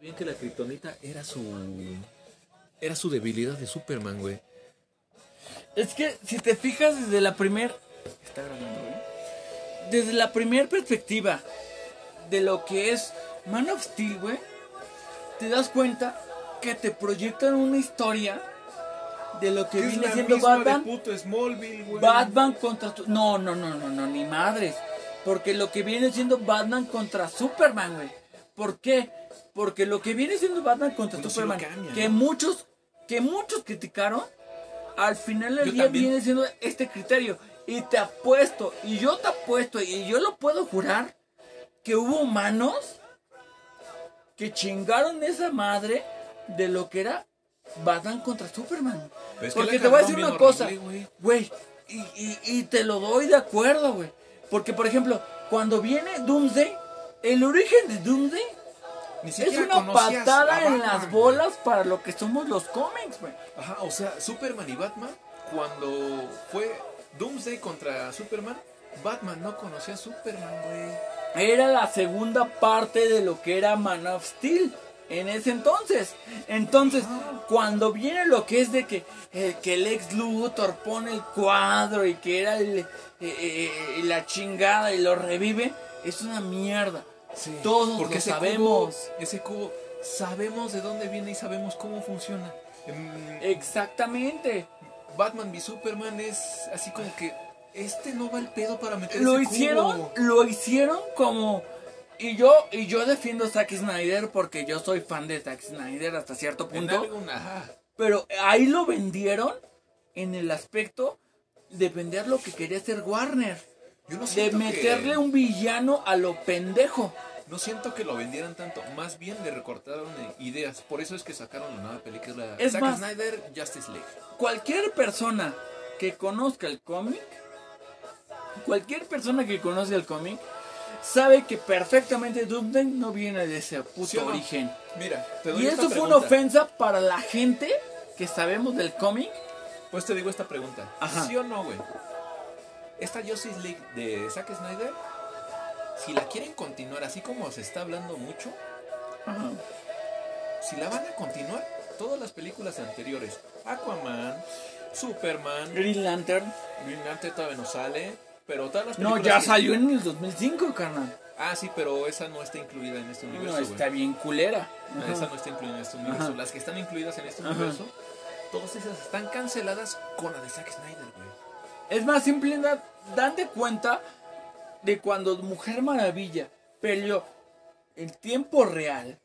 bien que la kriptonita era su. Era su debilidad de Superman, güey. Es que si te fijas desde la primer. Está grabando, güey. Desde la primer perspectiva de lo que es Man of Steel, güey. Te das cuenta que te proyectan una historia de lo que Es viene la siendo misma Batman. de puto Smallville, güey. Batman contra... tu- No, no, no, no, no, ni madres. Porque lo que viene siendo Batman contra Superman, güey. ¿Por qué? Porque lo que viene siendo Batman contra Bueno, sí lo Superman, cambia, que ¿no? muchos, que muchos criticaron, al final del Yo día también. viene siendo este criterio. Y te apuesto, y yo te apuesto, y yo lo puedo jurar, que hubo humanos que chingaron esa madre de lo que era Batman contra Superman. Pero es que Porque la te voy a cagaron decir bien una cosa, horrible, güey, y, y- y te lo doy de acuerdo, güey. Porque, por ejemplo, cuando viene Doomsday, el origen de Doomsday Ni es siquiera una conocías a patada en Batman, las güey. bolas para lo que somos los cómics, güey. Ajá, o sea, Superman y Batman, cuando fue Doomsday contra Superman, Batman no conocía a Superman, güey. Era la segunda parte de lo que era Man of Steel en ese entonces. Entonces, cuando viene lo que es de que, eh, que el ex Luthor pone el cuadro y que era el, eh, eh, eh, la chingada y lo revive, es una mierda. Todos lo ese sabemos. cubo- ese cubo, sabemos de dónde viene y sabemos cómo funciona. Em, Eh. Exactamente. Batman v Superman es así como que este no va el pedo para meter Lo ese hicieron, cubo. lo hicieron como y yo y yo defiendo a Zack Snyder porque yo soy fan de Zack Snyder hasta cierto En punto, algo, ajá. pero ahí lo vendieron en el aspecto de vender lo que quería hacer Warner, Yo no de siento meterle que, un villano a lo pendejo. No siento que lo vendieran tanto, más bien le recortaron eh, ideas. Por eso es que sacaron la nueva película Es Zack más- Snyder Justice League. Cualquier persona que conozca el cómic, cualquier persona que conozca el cómic sabe que perfectamente Doomsday no viene de ese puto ¿Sí o no? origen. Mira, te doy Y esta esto fue una pregunta. ofensa para la gente que sabemos del cómic. Pues te digo esta pregunta. Ajá. ¿Sí o no, güey? Esta Justice League de Zack Snyder, si la quieren continuar así como se está hablando mucho, si la van a continuar, todas las películas anteriores, Aquaman, Superman, Green Lantern. Green Lantern todavía no sale, pero todas las No, películas... ya que- salió en el 2005, carnal. Ah, sí, pero esa no está incluida en este universo, No, güey. está bien culera. No, Ajá. Esa no está incluida en este universo. Ajá. Las que están incluidas en este Ajá. universo, todas esas están canceladas con la de Zack Snyder, güey. Es más, simplemente date cuenta de cuando Mujer Maravilla peleó en tiempo real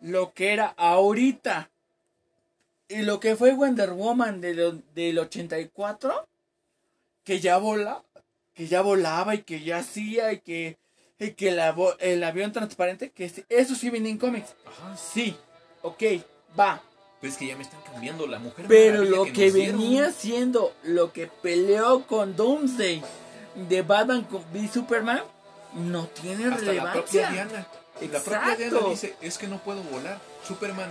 lo que era ahorita y lo que fue Wonder Woman de lo- del 84, que ya vola, que ya volaba y que ya hacía y que, y que la vo- el avión transparente, que sí- eso sí viene en cómics. Ajá, Sí, ok, va. Pero es que ya me están cambiando la mujer. Pero Maravilla lo que, nos dieron. venía siendo, lo que peleó con Doomsday de Batman con- v Superman, no tiene Hasta la propia relevancia. Diana. La propia Exacto. Diana dice, es que no puedo volar. Superman,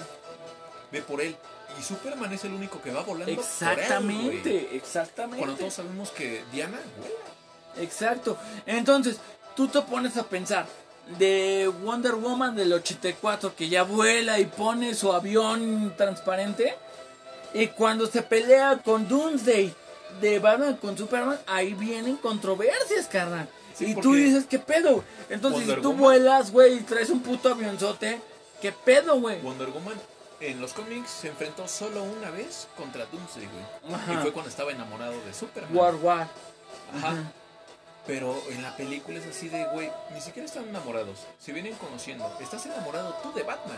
ve por él. Y Superman es el único que va volando. Por él, güey. Exactamente, Cuando exactamente. todos sabemos que Diana, güey, Exacto. Entonces, tú te pones a pensar de Wonder Woman del 84 que ya vuela y pone su avión transparente. Y cuando se pelea con Doomsday de Batman con Superman, ahí vienen controversias, carnal. Sí, y tú porque- dices, ¿qué pedo? Entonces, Wonder si tú Woman- vuelas, güey, y traes un puto avionzote, ¿qué pedo, güey? Wonder Woman en los cómics se enfrentó solo una vez contra Doomsday, güey. Ajá. Y fue cuando estaba enamorado de Superman. War, war. Ajá. Ajá. Pero en la película es así de, güey, ni siquiera están enamorados. Se vienen conociendo. Estás enamorado tú de Batman.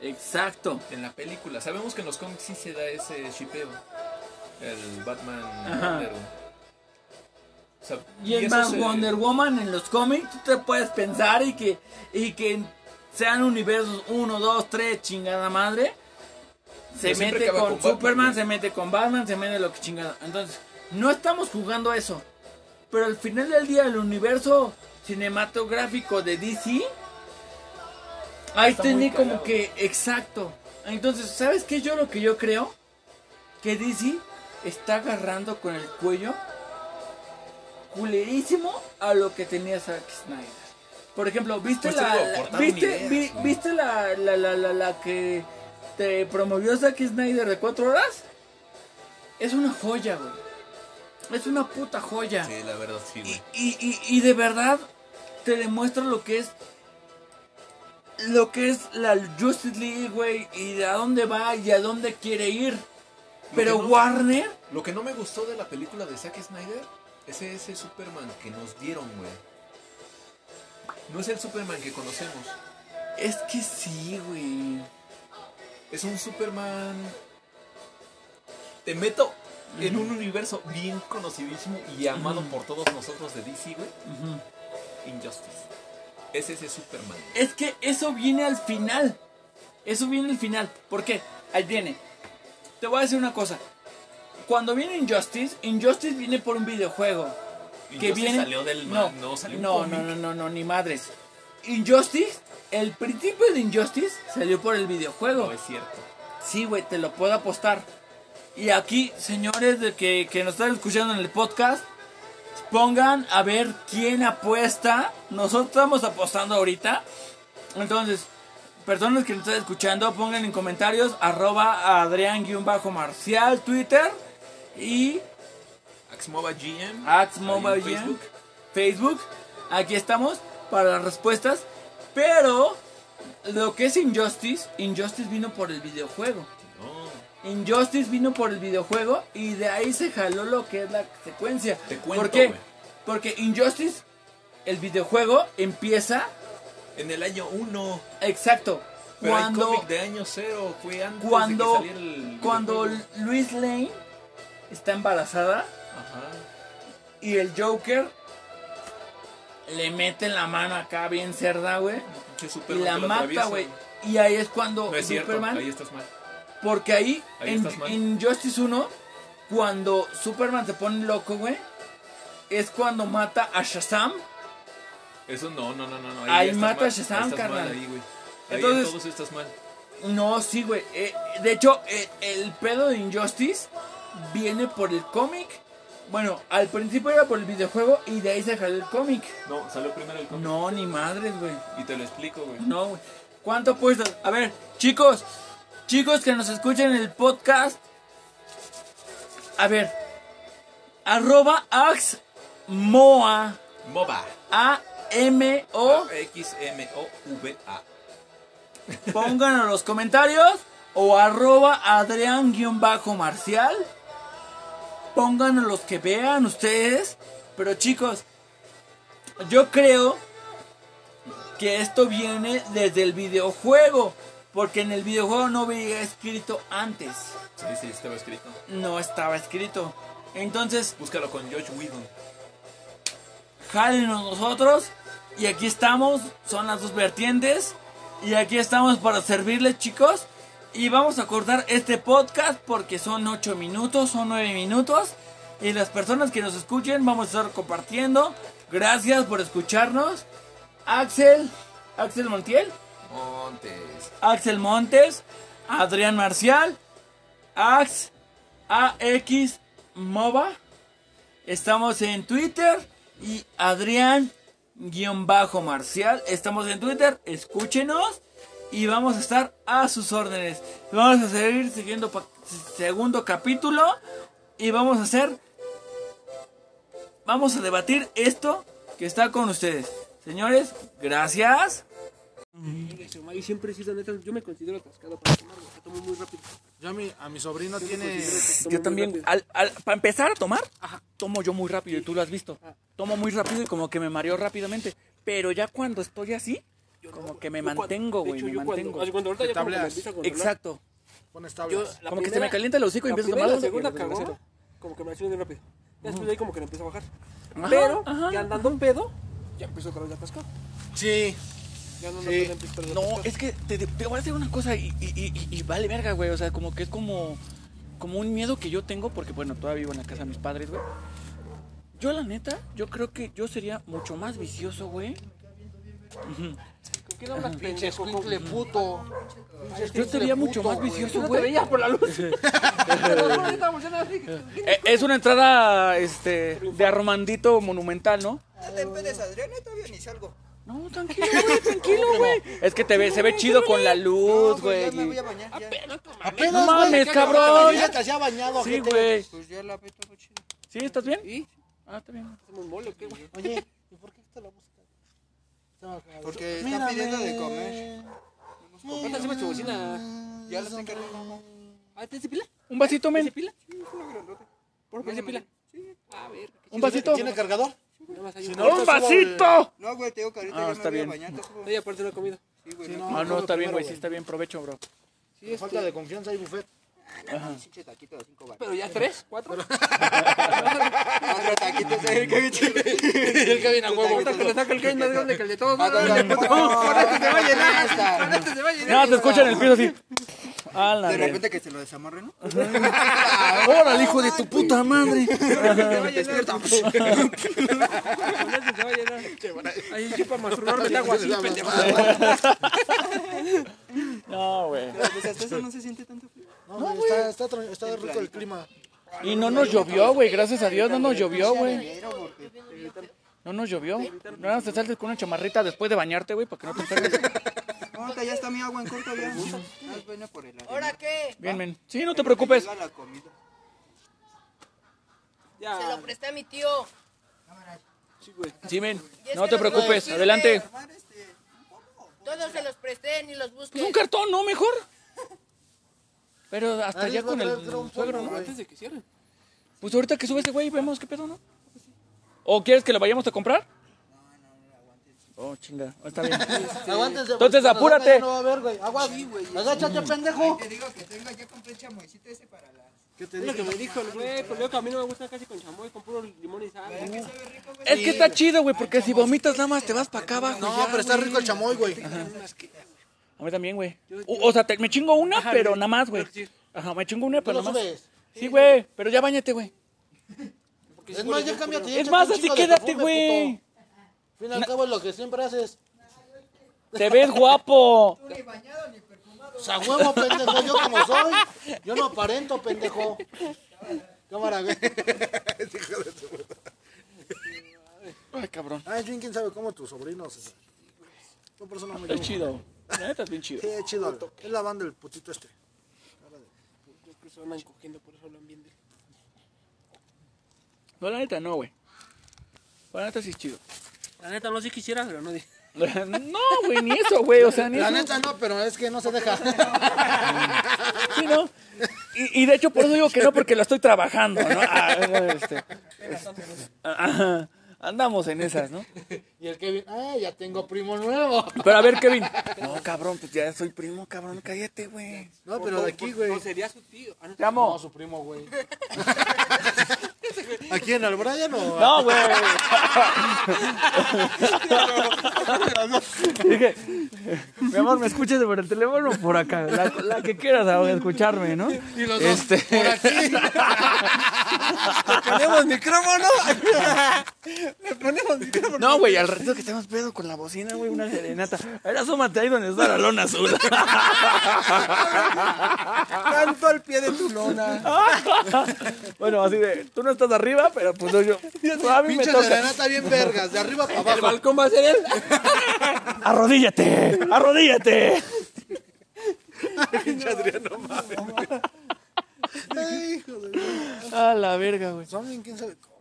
Exacto. en la película. Sabemos que en los cómics sí se da ese shipeo. El Batman Ajá. Wonder Woman. O sea, Y es eso más, se- Wonder Woman en los cómics, tú te puedes pensar y que, y que sean universos 1, 2, 3, chingada madre. Se Pero siempre mete con, acaba con Batman, Superman, ¿no? se mete con Batman, se mete lo que chingada. Entonces, no estamos jugando a eso. Pero al final del día, el universo cinematográfico de DC, ahí Está tiene muy como cagado. que, exacto. Entonces, ¿sabes qué? Yo lo que yo creo, que DC está agarrando con el cuello culerísimo a lo que tenía Zack Snyder. Por ejemplo, ¿viste Pues te la, digo, la- cortaron ¿viste, ideas, vi- ¿no? ¿viste la, la, la, la, la que te promovió Zack Snyder de cuatro horas? Es una joya, güey. Es una puta joya. Sí, la verdad, sí, Y, güey. y- y- y de verdad te demuestra lo que es. Lo que es la Justice League, güey. Y a dónde va y a dónde quiere ir. Pero que no- Warner. Lo que no me gustó de la película de Zack Snyder es ese Superman que nos dieron, güey. No es el Superman que conocemos. Es que sí, güey. Es un Superman. Te meto en un universo bien conocidísimo y amado Ujú. por todos nosotros de DC, güey. Injustice. Es ese Superman. Es que eso viene al final. Eso viene al final. ¿Por qué? Ahí viene. Te voy a decir una cosa. Cuando viene Injustice, Injustice viene por un videojuego. que Injustice viene salió del no, no salió un no, cómic. no, no, no, no, ni madres. Injustice, el principio de Injustice salió por el videojuego. No es cierto. Sí, güey, te lo puedo apostar. Y aquí, señores de que, que nos están escuchando en el podcast, pongan a ver quién apuesta. Nosotros estamos apostando ahorita. Entonces, personas que nos están escuchando, pongan en comentarios arroba adrián-marcial, Twitter y Axmova GM. ahí Ads en Mobile Jam, Facebook. Facebook. Aquí estamos para las respuestas. Pero lo que es Injustice, Injustice vino por el videojuego. No. Injustice vino por el videojuego y de ahí se jaló lo que es la secuencia. Te cuento, ¿Por qué? güey. Porque Injustice, el videojuego empieza En el año 1. exacto. Pero el cuando cómic de año 0 fue antes cuando de que saliera el cuando videojuego. Luis Lane está embarazada Ajá. y el Joker le mete la mano acá bien cerda, güey, Che, y Superman la que lo mata, atraviesa. güey. Y ahí es cuando No es cierto, Superman ahí estás mal. Porque ahí, Ahí en, estás mal. en Justice 1, cuando Superman se pone loco, güey, es cuando mata a Shazam. Eso no, no, no, no. no, Ahí estás mata mal, a Shazam, ahí estás mal, carnal. Ahí, güey. Entonces, Entonces- todos estás mal. No, sí, güey. eh, de hecho, eh, el pedo de Injustice viene por el cómic. Bueno, al principio era por el videojuego y de ahí se jaló el cómic. No, salió primero el cómic. No, ni madres, güey. Y te lo explico, güey. No, güey. ¿Cuánto apuestas? A ver, chicos, chicos que nos escuchan en el podcast. A ver, arroba axmoa. MOBA. A-M-O. X-M-O-V-A. Pongan en los comentarios. O arroba Adrián-Marcial. Pongan a los que vean ustedes. Pero chicos, yo creo que esto viene desde el videojuego. Porque en el videojuego no había escrito antes. Sí, sí, estaba escrito. No estaba escrito. Entonces, Búscalo con George Whedon. jálenos nosotros. Y aquí estamos, son las dos vertientes. Y aquí estamos para servirles, chicos. Y vamos a cortar este podcast porque son 8 minutos, son 9 minutos. Y las personas que nos escuchen, vamos a estar compartiendo. Gracias por escucharnos. Axel, Axel Montiel, Montes. Axel Montes, Adrián Marcial, Ax, AX MOBA. Estamos en Twitter y Adrián guión bajo Marcial. Estamos en Twitter, escúchenos y vamos a estar a sus órdenes. Vamos a seguir siguiendo pa- segundo capítulo y vamos a hacer vamos a debatir esto que está con ustedes. Señores, gracias. Ahí siempre sí, la neta, yo me considero atascado para tomar, o sea, tomo muy rápido. Yo a mi, a mi sobrino tiene. Pues, Tomo Yo muy también, rápido. al, al- para empezar a tomar, tomo yo muy rápido y tú lo has visto. Ah. Tomo muy rápido y como que me mareo rápidamente. Pero ya cuando estoy así, como que me Yo cuando- mantengo, de güey, hecho, me yo cuando- mantengo. así, cuando ahorita Te ya como que me tableas. empiezo a controlar. Exacto. Pones Yo, tablas. la Como que se primera- me calienta el hocico y la empiezo a primera y tomar La segunda algo. cagó, como que me hace bien rápido. Ya después de ahí como que le empiezo a bajar. "Oh". Ajá, Pero, ajá. ya andando en pedo, ya empiezo otra vez atascado. Sí. Ya andando Sí. en pedo, empiezo otra vez No, atascado. es que te, te voy a decir una cosa y, y- y- y- y vale verga, güey. O sea, como que es como, como un miedo que yo tengo porque, bueno, todavía vivo en la casa de mis padres, güey. Yo, la neta, yo creo que yo sería mucho más vicioso, güey. ¿Con quién hablas, Pinche pendejo? ¿Con- escuincle puto. Yo sería mucho más vicioso, No te güey. veías por la luz. No, neta, porque era así. Eh, Es una entrada este, de arromandito monumental, ¿no? No te empedes, Adrián, eh, todavía ni salgo. No, tranquilo, güey, tranquilo, güey. Es que te ve, se ve chido con la luz, No, pues, güey. Ya me voy a bañar. ya. No Apenas, mames, ya acabo de cabrón. bañar, te hacía bañado, Sí, ojete. güey. Pues ya la ve todo chido. ¿Sí? ¿Estás bien? ¿Y? Ah, está bien. ¿Hacemos mole o qué, güey? Oye, ¿y por qué está la música? Porque... Porque Mira, están pidiendo de comer. ¿Cuánto hacemos pues, tu bocina? Ya la sacaré. ¿no? ¿Ah, te hace pila? ¿Un vasito, ¿Te hace men? pila? Sí, es una grandota. ¿Por qué hace pila? Sí. A ver. ¿qué ¿Un chido? vasito? ¿Tiene cargador? Nada más hay Si un... no- ¡Un vasito! No, güey, te digo que ahorita Ah, ya está me voy a bien. bañar. te juro. No, y aparte no he comido. Sí, güey, Sí, no. no. Ah, no, está bien, güey. primero, Sí, está bien. Provecho, bro. Sí, este... Falta de confianza hay buffet. Ah, no, pinche taquito de cinco baros. Pero ya tres, cuatro. Otro taquito de el que el Kevin a huevo. Ahorita que le saca el Kevin más grande que el de todos. Con este se va a llenar. se va a Nada, te escuchan en el piso así. Ah, la De re- repente que se lo desamarre, ¿no? ¡Órale, hijo de tu puta madre! Despierta. se va a llenar. Ahí sí para masturbarme de agua así, pendejo. No, güey. Pues hasta eso no se siente tanto frío. No, está, está, tro- está rico el clima. Y no nos llovió, güey. Gracias a Dios, no nos llovió, güey. Pero porque- No nos llovió. Nada más te saltes con una chamarrita después de bañarte, güey, para que no te enfermes. Ahorita ya está mi agua en corto ya. Más buena por el arena. Bien, men. Sí, no te preocupes. Lleva la comida. Se Ya. lo presté a mi tío. Sí, güey. Sí, men. Y es No que te no puedo preocupes. decirle. Adelante. Tomar este. Todos se los presté, ni los busqué. Pues un cartón, ¿no? Mejor. Pero hasta Ahí allá les va con a el traer un suegro, polvo, ¿no? güey. Antes de que cierren. Pues ahorita que sube ese güey, vemos qué pedo, ¿no? ¿O quieres que lo vayamos a comprar? Oh, chinga. Oh, está bien. Aguántense, Entonces, porque apúrate. nosotros ya No va a haber, güey. Aguas. Agáchate, pendejo. Te digo que tengo, ya compré el chamoycito ese para las. ¿Qué te Es digo? lo que me dijo el güey, pero luego que a mí no me gusta casi con chamoy, con puro limón y sal. Sabe rico, güey. Es que está chido, güey, porque si vomitas nada más te vas para acá abajo. No, pero está rico el chamoy, güey. A mí también, güey. O, o sea, te- me chingo una, Ajá, pero güey. nada más, güey. Creo que sí. Ajá, me chingo una, ¿Tú pero lo nada más. subes? Sí, güey, pero ya bañate, güey. Porque si Es más, ya huele bien, cámbiate. ya Es échate más, un así chingo de quédate, perfume, güey. puto. Al fin y al cabo es lo que siempre haces. Te ves guapo. Pues a huevo, pendejo, yo como soy. Yo no aparento, pendejo. Cámara, güey. Ay, cabrón. Ay, bien, quién sabe cómo tus sobrinos. o sea. Yo por eso no me Está llevo. chido. La neta es bien chido. Sí, chido. güey. Es la banda del putito este. Yo creo que se andan cogiendo, por eso hablan bien de él. No, la neta no, güey. La neta sí es chido. La neta, no sé quisiera, pero no dije. No, güey, ni eso, güey. O sea, ni La eso. neta no, pero es que no se deja. Sí, ¿no? Y, y de hecho, por eso digo que no, porque la estoy trabajando, ¿no? Ah, bueno, este, ajá, andamos en esas, ¿no? Y el Kevin, ah, ya tengo primo nuevo. Pero a ver, Kevin. No, cabrón, pues ya soy primo, cabrón, cállate, güey. No, pero de aquí, güey. No sería su tío. Ah, no. Te No, amo. su primo, güey. ¿A quién? ¿Al Brian o a- No, güey. Dije, mi amor, ¿me escuchas por el teléfono o por acá? La, la que quieras a escucharme, ¿no? Y los dos, Este, por aquí? Ponemos micrófono. no, güey, al ratito que estemos pedo con la bocina, Ah, güey, una serenata. A ver, asómate ahí donde está la lona azul. Tanto al pie de tu lona. Bueno, así de, tú no estás arriba, pero pues no, yo. A mí me Pinche toca. serenata bien vergas, de arriba para El abajo. balcón va a ser él. Arrodíllate, arrodíllate. Ay, hijo de... A la verga, güey. Son bien, quién sabe cómo.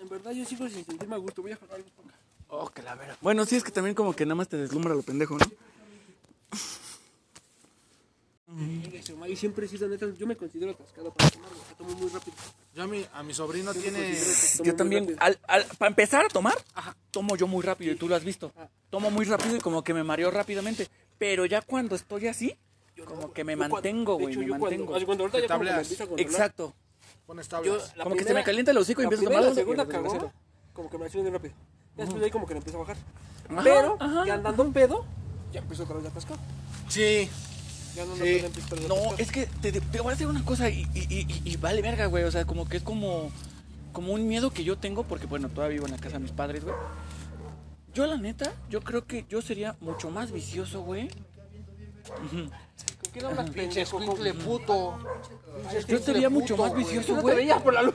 En verdad, yo sigo sin sentirme a gusto. Voy a jalar algo para acá. Oh, que la verga. Bueno, sí, es que también como que nada más te deslumbra lo pendejo, ¿no? Chingue su madre, Y siempre sí, la neta, yo me considero atascado para tomar, güey. Tomo muy rápido. Yo a mi, a mi sobrino tiene... Considero que tomo Yo muy también, rápido. al, al- para empezar a tomar, tomo yo muy rápido, y tú lo has visto. Ah. Tomo muy rápido y como que me mareo rápidamente. Pero ya cuando estoy así, como que me Yo cuando- mantengo, de güey, hecho, me yo cuando- mantengo. así, cuando ahorita ya como que me tableas. empiezo a controlar, Exacto. Pones yo tablas. la Como que se primera- me calienta el hocico y la empiezo a primera y tomar La segunda algo. cagó, como que me la sigo bien rápido. Ya después de ahí como que la empiezo a bajar. Ajá, Pero, ajá. ya andando en pedo, ya empiezo con el atascado. Sí. Ya no, Sí. No, es que te, te voy a decir una cosa y, y- y- y vale verga, güey. O sea, como que es como, como un miedo que yo tengo porque, bueno, todavía vivo en la casa de mis padres, güey. Yo, la neta, yo creo que yo sería mucho más vicioso, güey. Ujú. queda una pinche escuincle puto. Yo te veía mucho más vicioso, güey. por la luz.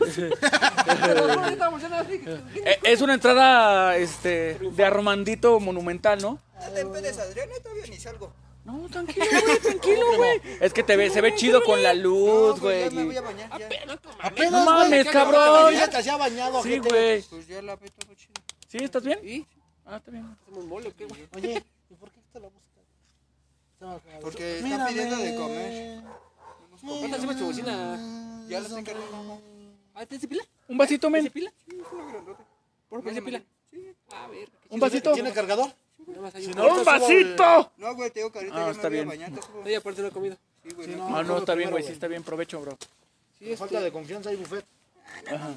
Eh, Es una entrada este, de arromandito monumental, ¿no? No te empedes, Adrián, eh, todavía ni salgo. No, tranquilo, güey, tranquilo, güey. Es que te ve, se ve chido con la luz, No, pues güey. Ya me voy a bañar. ya. Apenas, No mames, que cabrón. acabas de bañar, te hacía bañado, Sí, ojete. güey. Pues ya la ve todo chido. ¿Sí? ¿Estás bien? Ah, está bien. Oye, ¿y por qué está la música? Estaba acá. Porque Mírame. están pidiendo de comer. ¿Cuántas llevas tu bocina? Ya las encargo. ¿Ah, ¿te hace pila? ¿Un vasito, ¿Te hace men? pila? ¿Por ¿Te hace pila? A ver. ¿Un vasito? ¿Tiene cargador? Nada más hay Si un- no, ¡Un ahorita subo el- vasito! No, güey, te digo que ahorita Ah, ya me está voy a bien. bañar. te subo. Nadie aparte no ha comido. Sí, güey, Sí, no. Ah, no, está bien, güey. Sí, primero, está bien. Provecho, bro. Sí, este, Falta de confianza hay buffet.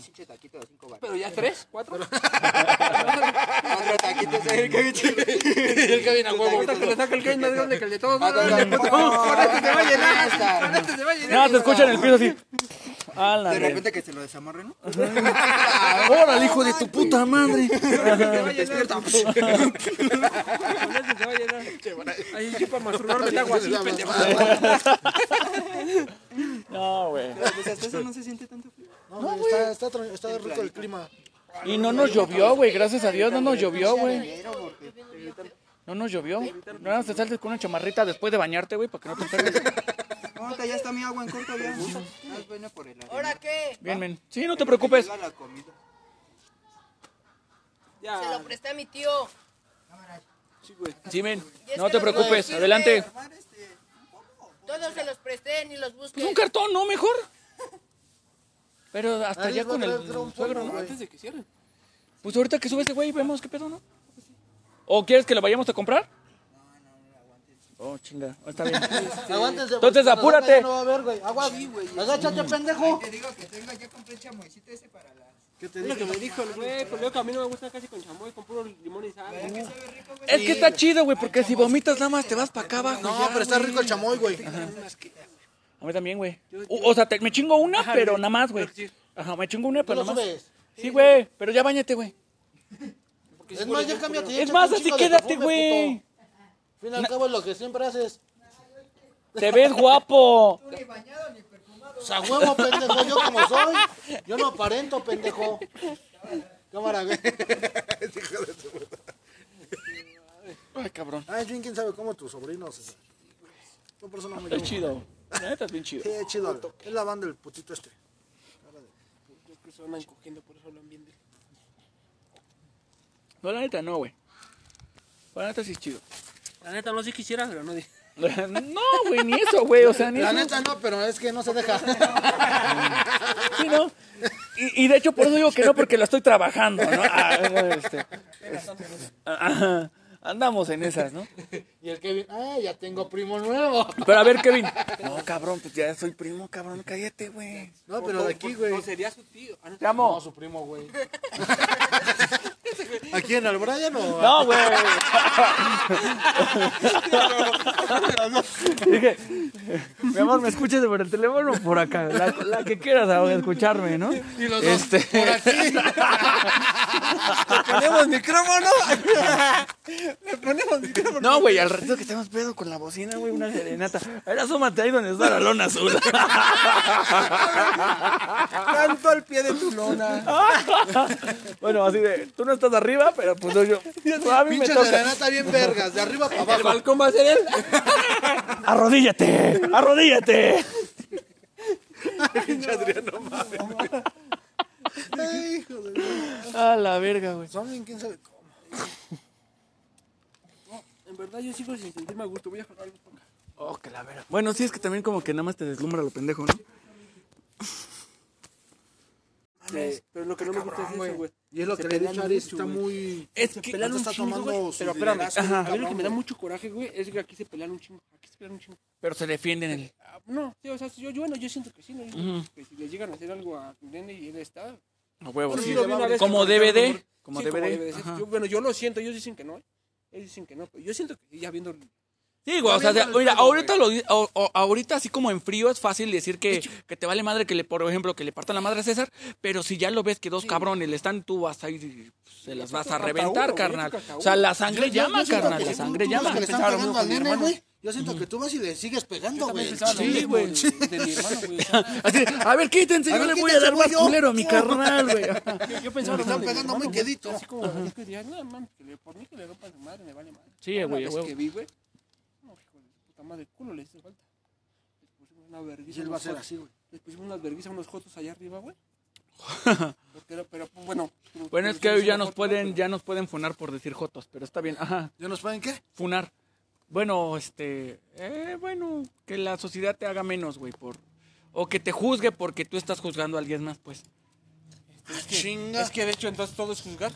Pinche taquito de cinco baros. Pero ya tres, cuatro. Otro taquito de el que El que viene a huevo. Ahorita que le saca el que es más grande que el de todos. Ah, ¿no? Por eso te va a llenar. Este se va a llenar. Nada, te escuchan en el piso así. Ah, la De re- repente que se lo desamarre, ¿no? ¡Órale, hijo de tu puta madre! Despierta. Este se va a llenar. Ahí sí, para masturbarme el agua así, pendejo. No, güey. Pues hasta eso no se siente tanto frío. No, güey, está, está, tron- está rico el clima. Y no nos llovió, güey. Gracias a Dios, no nos llovió, güey. Pero porque No nos llovió. Nada más te saltes con una chamarrita después de bañarte, güey, para que no te enfermes. ahorita ya está mi agua en corto ya. Más buena por el área. ¿Ahora qué? Bien, men. Sí, no te preocupes. Llega la comida. Se lo Ya. presté a mi tío. Sí, güey. Sí, men. Y es No que te no nos preocupes. sirve. Adelante. Armar este. Todos se los presté ni los busqué. Pues un cartón, ¿no? Mejor. Pero hasta Ahí allá les voy con a el traer un suegro, polvo, ¿no? güey. Antes de que cierren. Pues ahorita que sube este güey, vemos qué pedo, ¿no? ¿O quieres que lo vayamos a comprar? Oh, chinga. Ah, Está bien. Aguántense, pues, Entonces, porque apúrate. nos saca, ya No va a haber, güey. Aguas. Agáchate, pendejo. Te digo que tengo, ya compré el chamoycito ese para las. ¿Qué te Es lo que me dije? dijo el güey, pero luego que a mí no me gusta casi con chamoy, con puro limón y sal. Sabe rico, güey. Es que está chido, güey, porque si vomitas nada más te vas para acá abajo. No, pero está rico el chamoy, güey. A mí también, güey. O, o sea, te- me chingo una, Ajá, pero güey. nada más, güey. Creo que sí. Ajá, me chingo una, ¿Tú pero lo nada más. subes? Sí, güey, pero ya bañate, güey. Es más, ya cámbiate. ya Es échate más, un así chingo de quédate, perfume, güey. puto. Al fin y al cabo es lo que siempre haces. Te ves guapo. Pues a huevo, pendejo, yo como soy. Yo no aparento, pendejo. Cámara, güey. Ay, cabrón. Ay, bien, quién sabe cómo tus sobrinos. o sea. Yo por eso no me Está llevo. chido. La neta es bien chido. Sí, chido. Es la banda del putito este. Los que se andan cogiendo, por eso hablan bien de él. No, la neta no, güey. La neta sí es chido. La neta, no sé quisiera, pero no dije. No, güey, ni eso, güey. O sea, ni La eso. neta no, pero es que no se deja. Sí, ¿no? Y, y de hecho, por eso digo que no, porque la estoy trabajando, ¿no? Ah, bueno, este, ajá, andamos en esas, ¿no? Y el Kevin, ah, ya tengo primo nuevo. Pero a ver, Kevin. No, cabrón, pues ya soy primo, cabrón, cállate, güey. Pues, No, pero de aquí, güey. O sería su tío. Ah, no. Te No, amo. su primo, güey. ¿A quién? ¿Al Brian o a- No, güey. Dije, mi amor, ¿me escuchas por el teléfono o por acá? La, la que quieras a escucharme, ¿no? Y los dos, Este, por aquí. Ponemos micrófono. Le ponemos micrófono. no, güey, al ratito que estemos pedo con la bocina, güey, una serenata. A ver, asómate ahí donde está la lona azul. Tanto al pie de tu lona. Bueno, así de, tú no estás arriba, pero pues no, yo. A mí me Pinche toca. serenata bien vergas, de arriba para El abajo. balcón va a ser él. Arrodíllate, arrodíllate. Ay, hijo de A la verga, güey. Son bien, quién sabe cómo. En verdad, yo sigo sin sentirme a gusto. Voy a jalar algo para acá. Oh, que la verga. Bueno, sí, es que también como que nada más te deslumbra lo pendejo, ¿no? Sí, Ah, pero lo que no me gusta es eso, güey. Y es lo que le he dicho a Aris, está muy. Es Se que- pelean no un está chingo, tomando güey. su Pero espérame. liderazgo, Ajá, a mí cabrón, lo que me da güey. mucho coraje, güey, es que aquí se pelean un chingo. Aquí se pelean un chingo. Pero se defienden el. Ah, No, sí, o sea, yo, yo- bueno, yo siento que sí, ¿no? Yo siento que si le llegan a hacer algo a mi nene y él está... A huevo, Yo sí. lo vi una vez Como que comentaron, DVD. amor. Como Sí, DVD. ser. Ajá. Yo- bueno, yo lo siento, ellos dicen que no. Ellos dicen que no, pero yo siento que sí, ya viendo... Sí, güey, o sea, mira, ahorita, lo, di- o- o- ahorita así como en frío es fácil decir que, que te vale madre que le, por ejemplo, que le partan la madre a César, pero si ya lo ves que dos cabrones le están, tú vas ahí, y se las vas a hasta reventar, uno, güey, carnal. hasta O sea, uno. la sangre Yo- yo llama, siento carnal, que la tú- sangre tú ves llama. que le están pegando al nene, güey. Yo siento que tú vas y le sigues pegando, güey. pensaba lo Sí, mismo, güey. De, de mi hermano, güey. o sea, Así, a ver, quítense, A yo ver, le voy a quítense, dar voy más yo. culero a mi carnal, güey. Yo, yo pensaba lo Me están mismo de mi pegando muy hermano, güey. quedito. Así como, es que dirías, no, mames, que le- por mí que le rompan su madre, me vale madre. Sí, güey, Una güey. vez que vi, güey. No, hijo de su puta madre, culo le hizo falta. Les pusimos una vergüenza. Y él va a ser así, güey. Les pusimos unas verguizas, unos jotos allá arriba, güey. Porque era- pero pues, bueno. Bueno, es que hoy ya nos pueden, ya nos pueden funar por decir jotos, pero está bien, ajá, ¿Ya nos pueden qué? funar. Bueno, este, eh, bueno, que la sociedad te haga menos, güey, por o que te juzgue porque tú estás juzgando a alguien más, pues. Es que, Chinga. es que de hecho entonces todo es juzgar.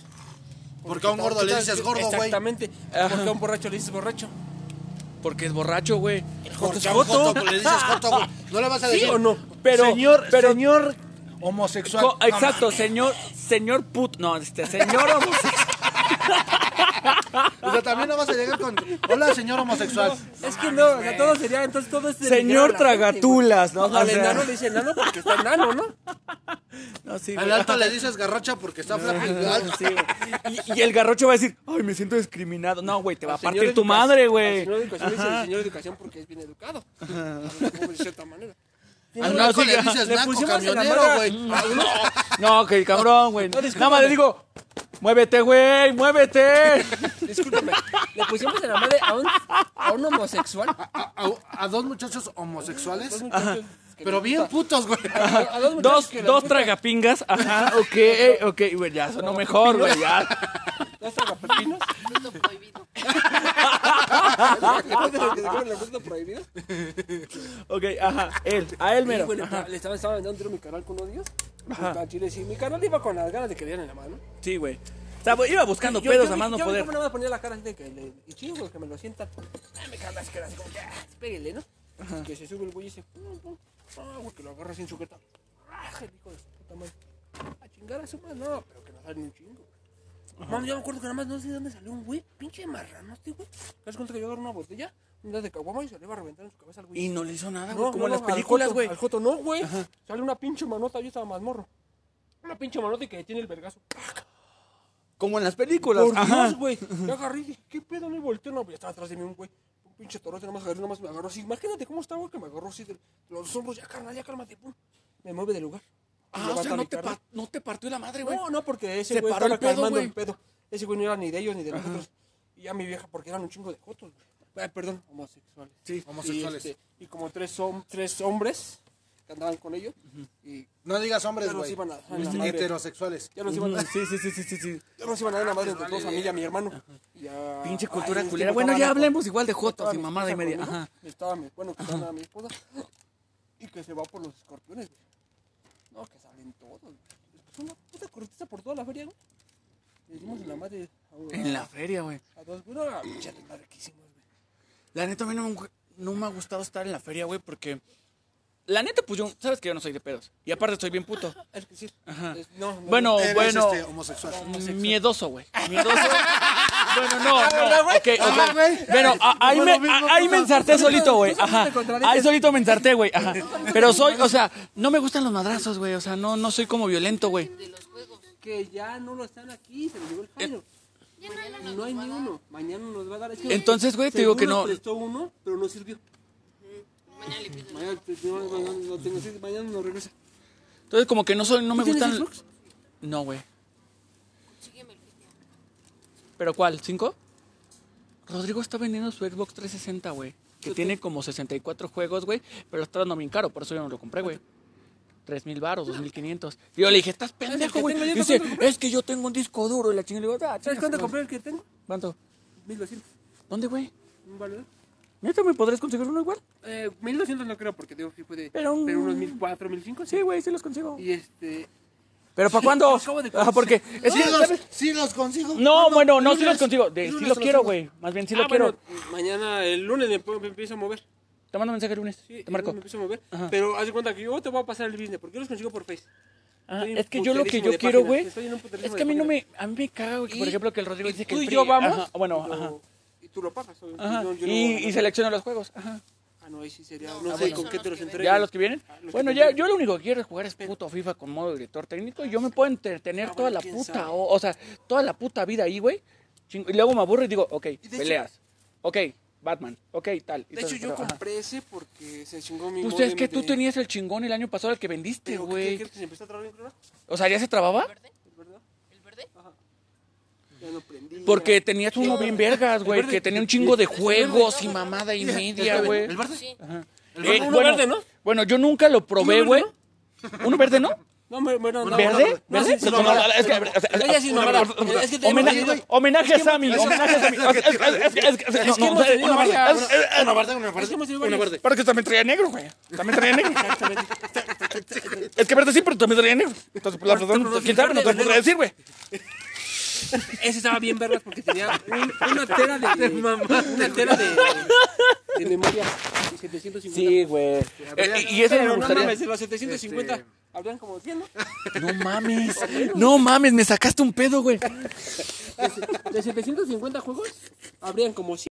Porque a un gordo le dices gordo, güey. Exactamente. Porque a un borracho le dices borracho. Porque es borracho, güey. Porque a un joto le dices joto, güey. No le vas a decir. o no? Pero, señor, pero- señor homosexual. Co- exacto, señor, señor put, no, este, señor homosexual. O sea, también no vas a llegar con. Hola, señor homosexual. es que no, o sea, todo sería, entonces todo es... denigrar a señor la gente, tragatulas, ¿no? güey. Al O sea, enano le dice enano porque está enano, ¿no? no, sí, Al güey. alto le dices garracha porque está flaco y alto. Sí, güey. y, y el garrocho va a decir, ay, me siento discriminado. No, güey, te va a Al señor partir tu educa- madre, al güey. señor educación le dice Ajá. el señor educación porque es bien educado. De cierta manera. Al No, blanco sí, le dices le blanco pusimos en la camionero, mano- güey. No, que cabrón, güey. No, discúlpame. Nada más le digo, muévete, güey, muévete. Discúlpame, le pusimos en la madre a un, a un homosexual. A, a- a dos muchachos homosexuales, pero Pero bien putos, güey. a dos, muchachos Dos, que les dos gusta- tragapingas. Ajá, ok, ok, güey, ya sonó mejor, güey, ya. dos tragapepinos. Fruto prohibido. que se comen los frutos prohibidos. Ok, ajá, él, a él Y mero. bueno, le estaba, estaba dando un tiro a mi canal con odios. Al chile sí. Mi canal iba con las ganas de que le dieran en la mano. Sí, güey. O sea, pues, iba buscando Yo- pedos yo- a más no yo- poder. Yo me nada más ponía la cara así de que le, y chingo que me lo sientan. Ah, me cagas que era así como que, ah, espérele, ¿no? Que se sube el güey y dice, pum, pum, ah, güey, que lo agarra sin sujeta. Ah, el hijo de su puta madre. A chingar a su madre, no, pero que no sale ni un chingo. Mami, yo me acuerdo que nada más no sé de dónde salió un güey, pinche marrano este güey. ¿Te das cuenta que yo agarré una botella, una de caguama y se le iba a reventar en su cabeza al güey? Y no le hizo nada, No, güey, como en no, las no, películas, al Joto, güey. Al Joto no, güey. Sale una pinche manota, yo estaba más morro. Una pinche manota y que tiene el vergazo. Como en las películas. Por Ajá. Dios, güey. Yo agarré y dije, ¿qué pedo? Le volteo. No, ya estaba atrás de mí un güey. Un pinche torote, nomás agarré, nomás me agarró así. Imagínate cómo estaba, güey, que me agarró así de los hombros. Ya, carnal, ya cálmate, pum. Me mueve del lugar. Me Ah, o levanta sea, no mi te, carro. par- no te partió la madre, güey. No, no, porque ese Se güey paró el estaba pedo, calmando güey. el pedo. Ese güey no era ni de ellos ni de nosotros. Y ya mi vieja, porque eran un chingo de jotos, Ah, güey. Ay, perdón, homosexuales. Sí, homosexuales. Y, este, y como tres, hom- tres hombres que andaban con ellos. Y No digas hombres, Ya nos güey. iban a- a la Este, madre. Heterosexuales. ya nos iban a... Sí, sí, sí, sí, sí, sí. Ya nos iban a dar la madre entre todos a mí y a mi hermano. Y a- Pinche Ay, cultura este, culera. me Bueno, estaba ya la- hablemos igual de estaba jotos y mi mamada y esposa media. conmigo, Ajá. Estaba mi, bueno, que estaba mi esposa. Y que se va por los escorpiones, güey. No, que salen todos, güey. Es una puta cortiza por toda la feria, güey. Le dimos en la madre a, un- En la feria, güey. a dos, güey. No, a pinche madre que hicimos, güey. La neta, a mí no me, no me ha gustado estar en la feria, güey, porque. La neta, pues yo. Sabes que yo no soy de pedos. Y aparte, soy bien puto. Es que sí. es- no, no, Bueno, Eres, bueno. este, homosexual. Miedoso, güey. Miedoso. bueno, no, no. Ok, ok. Ah, güey. Bueno, a- ahí, Bueno, me, mismo, a- ahí puta. me ensarté solito, güey. tú solo Ajá. te contradices. Ahí solito me ensarté, güey. Ajá. Pero soy, o sea, no me gustan los madrazos, güey. O sea, no, no soy como violento, güey. De los juegos. Que ya no lo están aquí, se lo llevó el Jairo. Mañana nos No hay va a ni dar. uno. Mañana nos va a dar. Es que- Entonces, güey, te digo Según que nos no. prestó uno, pero no sirvió. Mañana le pido. Mañana, te- te- mañana no tengo sí, mañana no regresa. Entonces, como que no soy, no me ¿Tú tienes gustan. Xbox? No, güey. Sígueme el video. ¿Pero cuál? ¿Cinco? Rodrigo está vendiendo su Xbox 360, güey. Que tiene como 64 juegos, güey. Pero lo está dando bien caro, por eso yo no lo compré, güey. 3.000 baros, 2.500. Y yo le dije, estás pendejo, güey. tengo, yo Dice, tampoco lo compré. es que yo tengo un disco duro. Y la chingada le digo, "Ah, ¿Sabes chingas, cuánto madre". compré el que tengo? ¿Cuánto? 1200. ¿Dónde, güey? ¿Un valor? ¿Neta me podrías conseguir uno igual? Eh, 1200 no creo, porque digo, sí puede. Pero un- pero unos 1400, 1500. Sí, güey, sí los consigo. Y este. ¿Pero para cuándo? Acabo de Ah, porque es Sí que, los, ¿sabes? sí los consigo. No, bueno, no, sí Lunes. los consigo. De- sí Lunes los los quiero, hago. güey. Más bien, sí ah, los quiero. bueno, mañana, el lunes me, me empiezo a mover. Te mando mensaje el lunes. Sí, el Te marco. lunes Me empiezo a mover. Ajá. Pero haz de cuenta que yo te voy a pasar el business, porque yo los consigo por Face. Ajá, Estoy en Ah, es que yo lo que puterísimo yo de quiero, páginas, güey. estoy en un puterísimo Es que de a mí no páginas. me. A mí me caga, güey. que, Por Y- ejemplo, que el Rodrigo y dice que. tú el y PRI- yo vamos. Ajá, bueno, y lo- ajá. Y tú lo pagas. obvio, ajá. yo- yo no voy a y, y ganar. selecciona los juegos. Ajá. Ah, no, ahí sí sería. No, No, sé bueno. con qué te los entregues. Ya los que vienen. Ah, los que Bueno, vienen. ya yo lo único que quiero es jugar es puto FIFA con modo director técnico y yo me puedo entretener Ah, toda bueno, la quién puta, sabe. o, o sea, toda la puta vida ahí, güey. Chingo- Y luego me aburro y digo, ok, de hecho- peleas. Ok, Batman. Ok, tal. De hecho, yo Ajá. compré ese porque se chingó mi Pues es módem que tú de- tenías el chingón el año pasado el que vendiste, Pero, ¿qué- güey. ¿Quieres que se empiece a trabar bien, claro? O sea, ¿ya se trababa? ¿El verde? ¿Verdad? ¿El verde? Ya no prendí. Porque tenías uno bien vergas, güey, verde. que tenía un chingo de juegos y mamada y media, güey. ¿El verde? Sí. El Eh, verde. uno verde, ¿no? Bueno, yo nunca lo probé, ¿Uno güey. verde, ¿Uno verde, no? No, me- bueno, no. ¿Verde? no, no, ¿Verde? sí, sí, No, no, no, no. es que- es- Oye, sí, no, homena- no, es que tenemos- homena- güey, Homenaje a Sammy, homenaje a Sammy. Es- es- es- es- es- es- Es que no, no, hemos tenido Una verde, varias- es- es- Una verde, una Es que verde. hemos tenido Una varios. verde. Pero que también traía negro, güey. También traía negro. Es que verde sí, pero también traía negro. Entonces, pues, la razón, quién sabe, no te lo podría decir, güey. Ese estaba bien vergas porque tenía un- una tera de. Una tera de. De memoria. de 750. güey. Eh, Y eso Pero me no gustaría. mames, de los 750 habrían como 100, ¿no? No mames. No mames, me sacaste un pedo, güey. De 750 juegos, habrían como 100.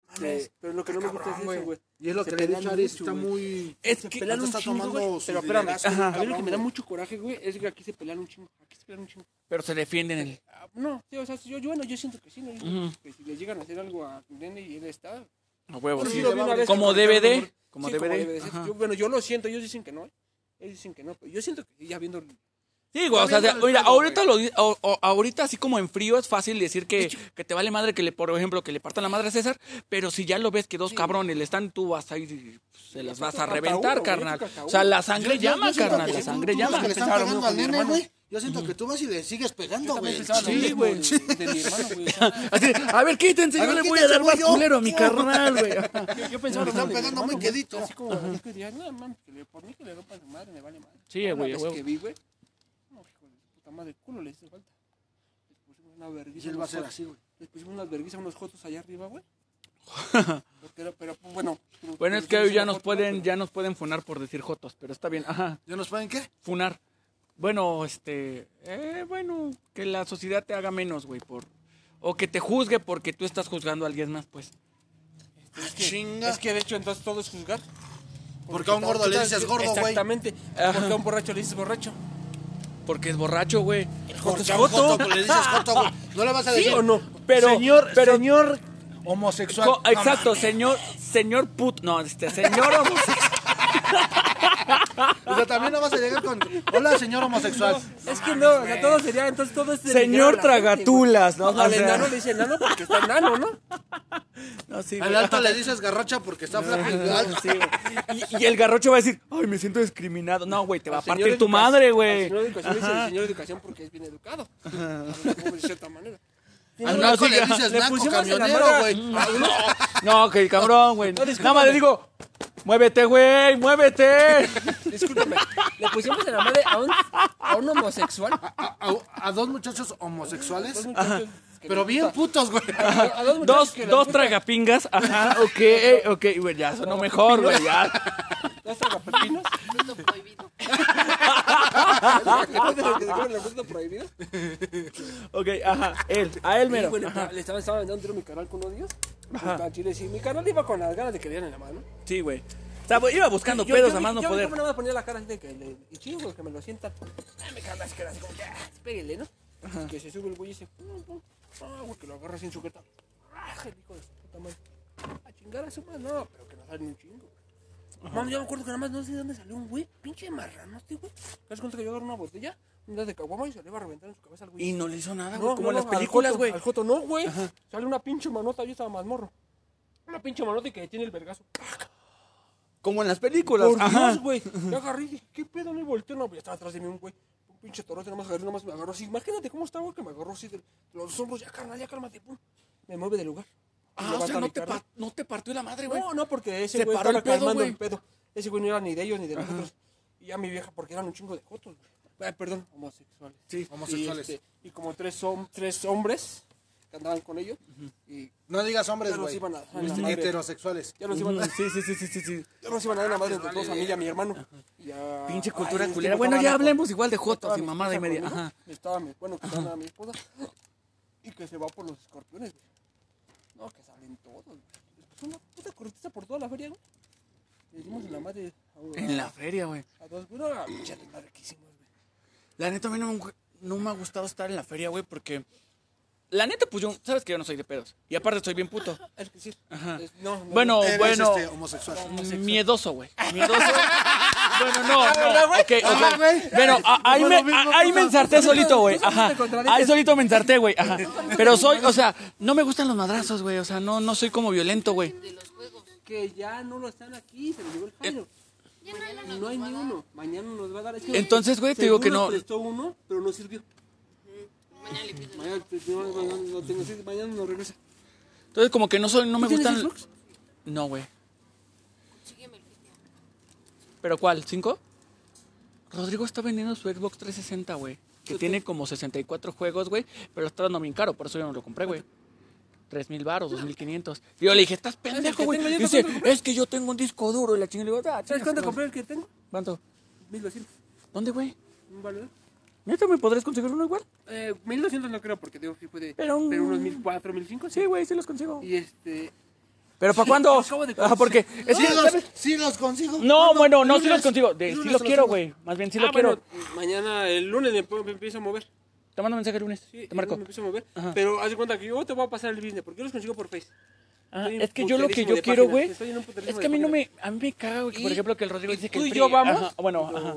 Pero lo que no me gusta es eso, güey. Y es lo Se que le he pelean dicho, Aris, mucho, está güey. muy... Es que pelean pelean un un está chingo, tomando güey. su Pero espérame, liderazgo, ajá. a mí lo cabrón, que me da güey. mucho coraje, güey, es que aquí se pelean un chingo. Aquí se pelean un chingo. Pero se defienden el. Ah, No, sí, o sea, yo, yo- bueno, yo siento que sí, ¿no? Yo siento que si le llegan a hacer algo a Nene y él está... A huevo. Sí, sí, lo vi le va una a- vez Como que me DVD, mandaron un- como sí, DVD, sí. ajá. Yo- bueno, yo lo siento, ellos dicen que no. ¿eh? Ellos dicen que no, pero yo siento que sí, ya viendo... Sí, güey, o sea, mira, ahorita, lo, di- o- o- ahorita así como en frío es fácil decir que, que te vale madre que le, por ejemplo, que le partan la madre a César, pero si ya lo ves que dos cabrones le están, tú vas ahí, y se las vas a Hasta reventar, uno, güey, carnal. hasta O sea, la sangre Yo- yo- yo llama, siento carnal, que la tú- sangre tú ves llama. que le están Pensaba lo pegando mismo al con mi nene, hermano. güey. Yo siento que tú vas y le sigues pegando, También güey. pensaba lo sí, mismo güey. De, de mi hermano, güey. o sea, Así, a ver, quítense, A yo ver, le voy a dar quítense, más voy yo. culero a mi carnal, güey. yo, yo pensaba... Me lo mismo de están mi pegando muy hermano, güey. quedito. Así como, es que dirías, no, mames, que le- por mí que le rompan su madre, me vale madre. Sí, Una güey, a vez huevo. que vi, güey, no, hijo de puta madre, culo le hice falta. Les pusimos una vergüenza Y él va a unos ser jotos. así, güey. Les pusimos unas vergüenza unos jotos allá arriba, güey. pero, pero, pues, bueno. pero- Bueno, es que pero hoy ya una nos foto, pueden, pero- ya nos pueden funar por decir jotos, pero está bien, ajá. ¿Ya nos pueden qué? funar. Bueno, este, eh, bueno, que la sociedad te haga menos, güey, por o que te juzgue porque tú estás juzgando a alguien más, pues. Es que, Chinga. es que, de hecho entonces todo es juzgar. Porque a un gordo le tal- dices gordo, güey. Exactamente. Porque a un borracho le dices borracho. Porque es borracho, güey. Porque es a un joto. joto, pues, le dices joto, güey. No le vas a ¿Sí decir... o no? Pero señor, pero señor homosexual. co- No exacto, mames. señor, señor put, no, este, señor homosexual. O sea, también no vas a llegar con... Hola, señor homosexual. Es que no, o sea, todo sería, entonces todo es... Señor denigrar a la gente, güey. tragatulas, ¿no? Al O sea- enano le dice enano porque está enano, ¿no? No, sí, Al güey. alto le dices garracha porque está flaco. y alto. Sí, güey. y, y el garrocho va a decir, ay, me siento discriminado. No, güey, te va a Al señor partir tu educa- madre, al güey. Señor educación le dice el señor educación porque es bien educado. Como de cierta manera. Al No, blanco sí, le ya. dices Le naco pusimos en la camionero, madre- güey. No, que cabrón, güey. Nada más le digo, muévete, güey, muévete. Discúlpame, le pusimos en la madre a un, a un homosexual. A, a- a dos muchachos homosexuales, Dos muchachos que pero les bien gusta- putos, güey. a- a muchachos Dos, que les dos gusta- tragapingas. Ajá, Ah, ok, ok, güey, ya sonó mejor, güey, ya. Dos tragapepinos. Fruto prohibido. Dos de los que se comen la fruta prohibida. Ok, ajá, él, a él Y, mero. güey, le, le estaba, estaba vendiendo un tiro a mi canal con unos días. Al chile, sí. Mi canal iba con las ganas de que le dieran en la mano. Sí, güey. O sea, güey, iba buscando Yo- pedos yo- a más no yo- poder. Yo me la ponía la cara así de que le, y chingo güey, que me lo sienta. Ah, me cagas que era así como que, ah, espérele, ¿no? Que se sube el güey y dice, pum, pum, ah, güey, que lo agarra sin sujeta. Raja, el hijo de su puta madre. A chingar a su madre, no, pero que no sale ni un chingo. Mami, yo me acuerdo que nada más no sé de dónde salió un güey, pinche marrano este güey. ¿Te das cuenta que yo agarré una botella, un gas de caguama y se le iba a reventar en su cabeza al güey? Y no le hizo nada, No, güey, no, como en no, las al películas, Joto, güey. Al Joto no, güey. Sale una pinche manota, yo estaba más morro. Una pinche manota y que tiene el vergazo. Como en las películas. Por ajá. Dios, güey. Yo agarré y dije, ¿qué pedo? No volteo, no, güey, estaba atrás de mí un güey. Un pinche torote, nomás agarré, nomás me agarró así. Imagínate cómo estaba, güey, que me agarró así de los hombros. Ya, carnal, ya cálmate, pum. Me mueve del lugar. Ah, Levanta o sea, mi no te, carne. par- no te partió la madre, güey. No, no, porque ese Se güey paró estaba el pedo, calmando güey. el pedo. Ese güey no era ni de ellos ni de nosotros. Y ya mi vieja, porque eran un chingo de jotos, güey. Ay, perdón, homosexuales. Sí, homosexuales. Y, este, y como tres, hom- tres hombres que andaban con ellos. Y No digas hombres, Ya nos güey. Este, iban a- a la madre. Heterosexuales. ya nos iban a Sí, sí, sí, sí, sí, sí. Ya nos iban a dar la madre entre todos, a mí y a mi hermano. Ya- Pinche Ay, cultura es que culera. me Bueno, estaba ya la- hablemos igual de estaba jotos y mi mamada y esposa media. conmigo, Ajá. Estaba mi, bueno, que estaba mi esposa. Y que se va por los escorpiones, güey. No, que salen todos, güey. Es una puta cortiza por toda la feria, güey. Le dimos en la madre a, En la feria, güey. a dos, güey. No, a pinche madre que hicimos, güey. La neta, a mí no me, no me ha gustado estar en la feria, güey, porque la neta, pues yo, sabes que yo no soy de pedos. Y aparte estoy bien puto. Es que sí. Es- no, no, Bueno, Eres, bueno. este, homosexual. Miedoso, güey. Miedoso. bueno, no, ¿verdad, no. güey? Ok, ok. Ah, güey. Bueno, a- ahí, me, Bueno, mismo, a- ahí me puta. ensarté solito, güey. Tú solito Ajá. te contradices. Ahí solito me ensarté, güey. Ajá. Pero soy, o sea, no me gustan los madrazos, güey. O sea, no, no soy como violento, güey. de los juegos. que ya no lo están aquí, se lo llevó el Jairo. Ya no Y no hay ni uno. Mañana nos va a dar. Es que Entonces, güey, te digo seguro que no. prestó uno, pero no sirvió. Mañana le pides. Mañana, te- no, no, no, no tengo- sí, mañana nos regresa. Entonces, como que no soy, no me ¿Tú tienes gustan. Xbox? No, güey. Consígueme el cristiano. ¿Pero cuál? ¿Cinco? Rodrigo está vendiendo su Xbox 360, güey. Que tiene como 64 juegos, güey. Pero está dando bien caro, por eso yo no lo compré, güey. 3.000 baros, 2.500. Y yo le dije, estás pendejo, güey. tengo, yo Dice, tampoco es que yo tengo un disco duro. Y la chingada le digo, "Ah, ¿Sabes cuánto chingas, compré el que tengo? ¿Cuánto? 1200. ¿Dónde, güey? ¿Un valor? ¿Neta me podrías conseguir uno igual? Eh, 1200 no creo, porque digo, sí puede. Pero un- pero unos 1400, 1500. Sí, güey, sí los consigo. Y este. ¿Pero para cuándo? acabo de Ah, porque... es Sí que, los, ¿sabes? sí los No, consigo. ¿Cuándo? bueno, no, sí Lunes. los consigo. De- sí Lunes los se quiero, hago. güey. Más bien, sí los Ah, quiero. bueno, mañana, el lunes, me, me empiezo a mover. Te mando mensaje el lunes. Sí, te marco. Me empiezo a mover. Ajá. Pero haz de cuenta que yo te voy a pasar el business, porque yo los consigo por Face. Ajá, Estoy en es que yo lo que puterísimo yo de quiero, páginas, güey. estoy en un puterísimo Es que de a mí no páginas. me. A mí me caga, güey. que, Por Y- ejemplo, que el Rodrigo dice que. Tú el y yo PRI- vamos. Ajá, bueno, y lo- ajá.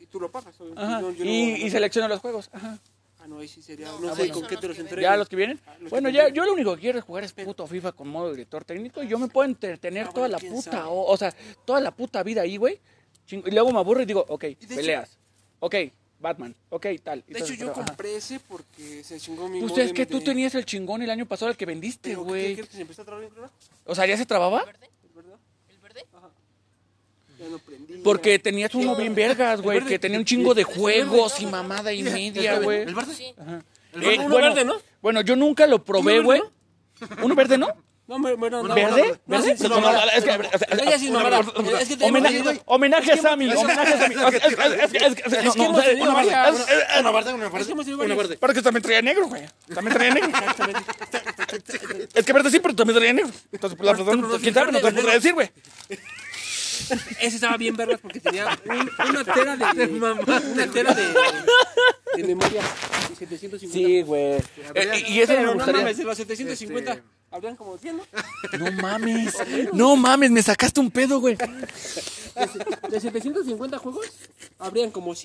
Y tú lo pagas. obvio. ajá. Yo- yo no- y, y selecciono los juegos. Ajá. Ah, no, ahí sí sería. No, No, sé bueno. con qué te los entrego. Ya los que vienen. Ah, los Bueno, que ya vienen. yo lo único que quiero es jugar es puto FIFA con modo director técnico y yo me puedo entretener Ah, toda bueno, la quién puta. sabe. O, o sea, toda la puta vida ahí, güey. Chingo- Y luego me aburro y digo, ok, hecho- peleas. ok, Batman. Ok, tal. y De todo hecho, ese yo pedo, ajá. compré ese porque se chingó mi. Pues es módem que tú de- tenías el chingón el año pasado, el que vendiste, Pero, ¿qué- güey. ¿Quieres que se empiece a trabar bien, claro? O sea, ¿ya se trababa? ¿El verde? ¿Verdad? ¿El verde? Ya no prendí. Porque tenías uno bien vergas, güey, verde. que tenía un chingo de juegos y mamada y media, güey. ¿El verde? Sí. Eh, uno bueno, verde, ¿no? Bueno, yo nunca lo probé, ¿Uno güey. verde, ¿Uno verde, no? No, me, me, no, no, ¿Verde? No, ¿Verde? sí, sí, No, mamada. no, es que- es que- Ella sí es mamada. Es que te hemos Homenaje- tenido- es Homenaje a Sammy, homenaje a Sammy. Es- es- es- es- es- es- que no, no, hemos es- tenido varias- es- es- Una verde, una que verde. hemos tenido Una varias. verde. Pero que también traía negro, güey. También traía negro. Es que verde sí, pero también traía negro. Entonces, pues, la razón, quién sabe, no te lo podría decir, güey. Ese estaba bien vergas porque tenía un- una tera de. Una tera de. De memoria. De 750. güey. Eh, Y y ese Pero me no gustaría. mames, de los 750 habrían como 100, ¿no? No mames. No mames, me sacaste un pedo, güey. De 750 juegos, habrían como 100.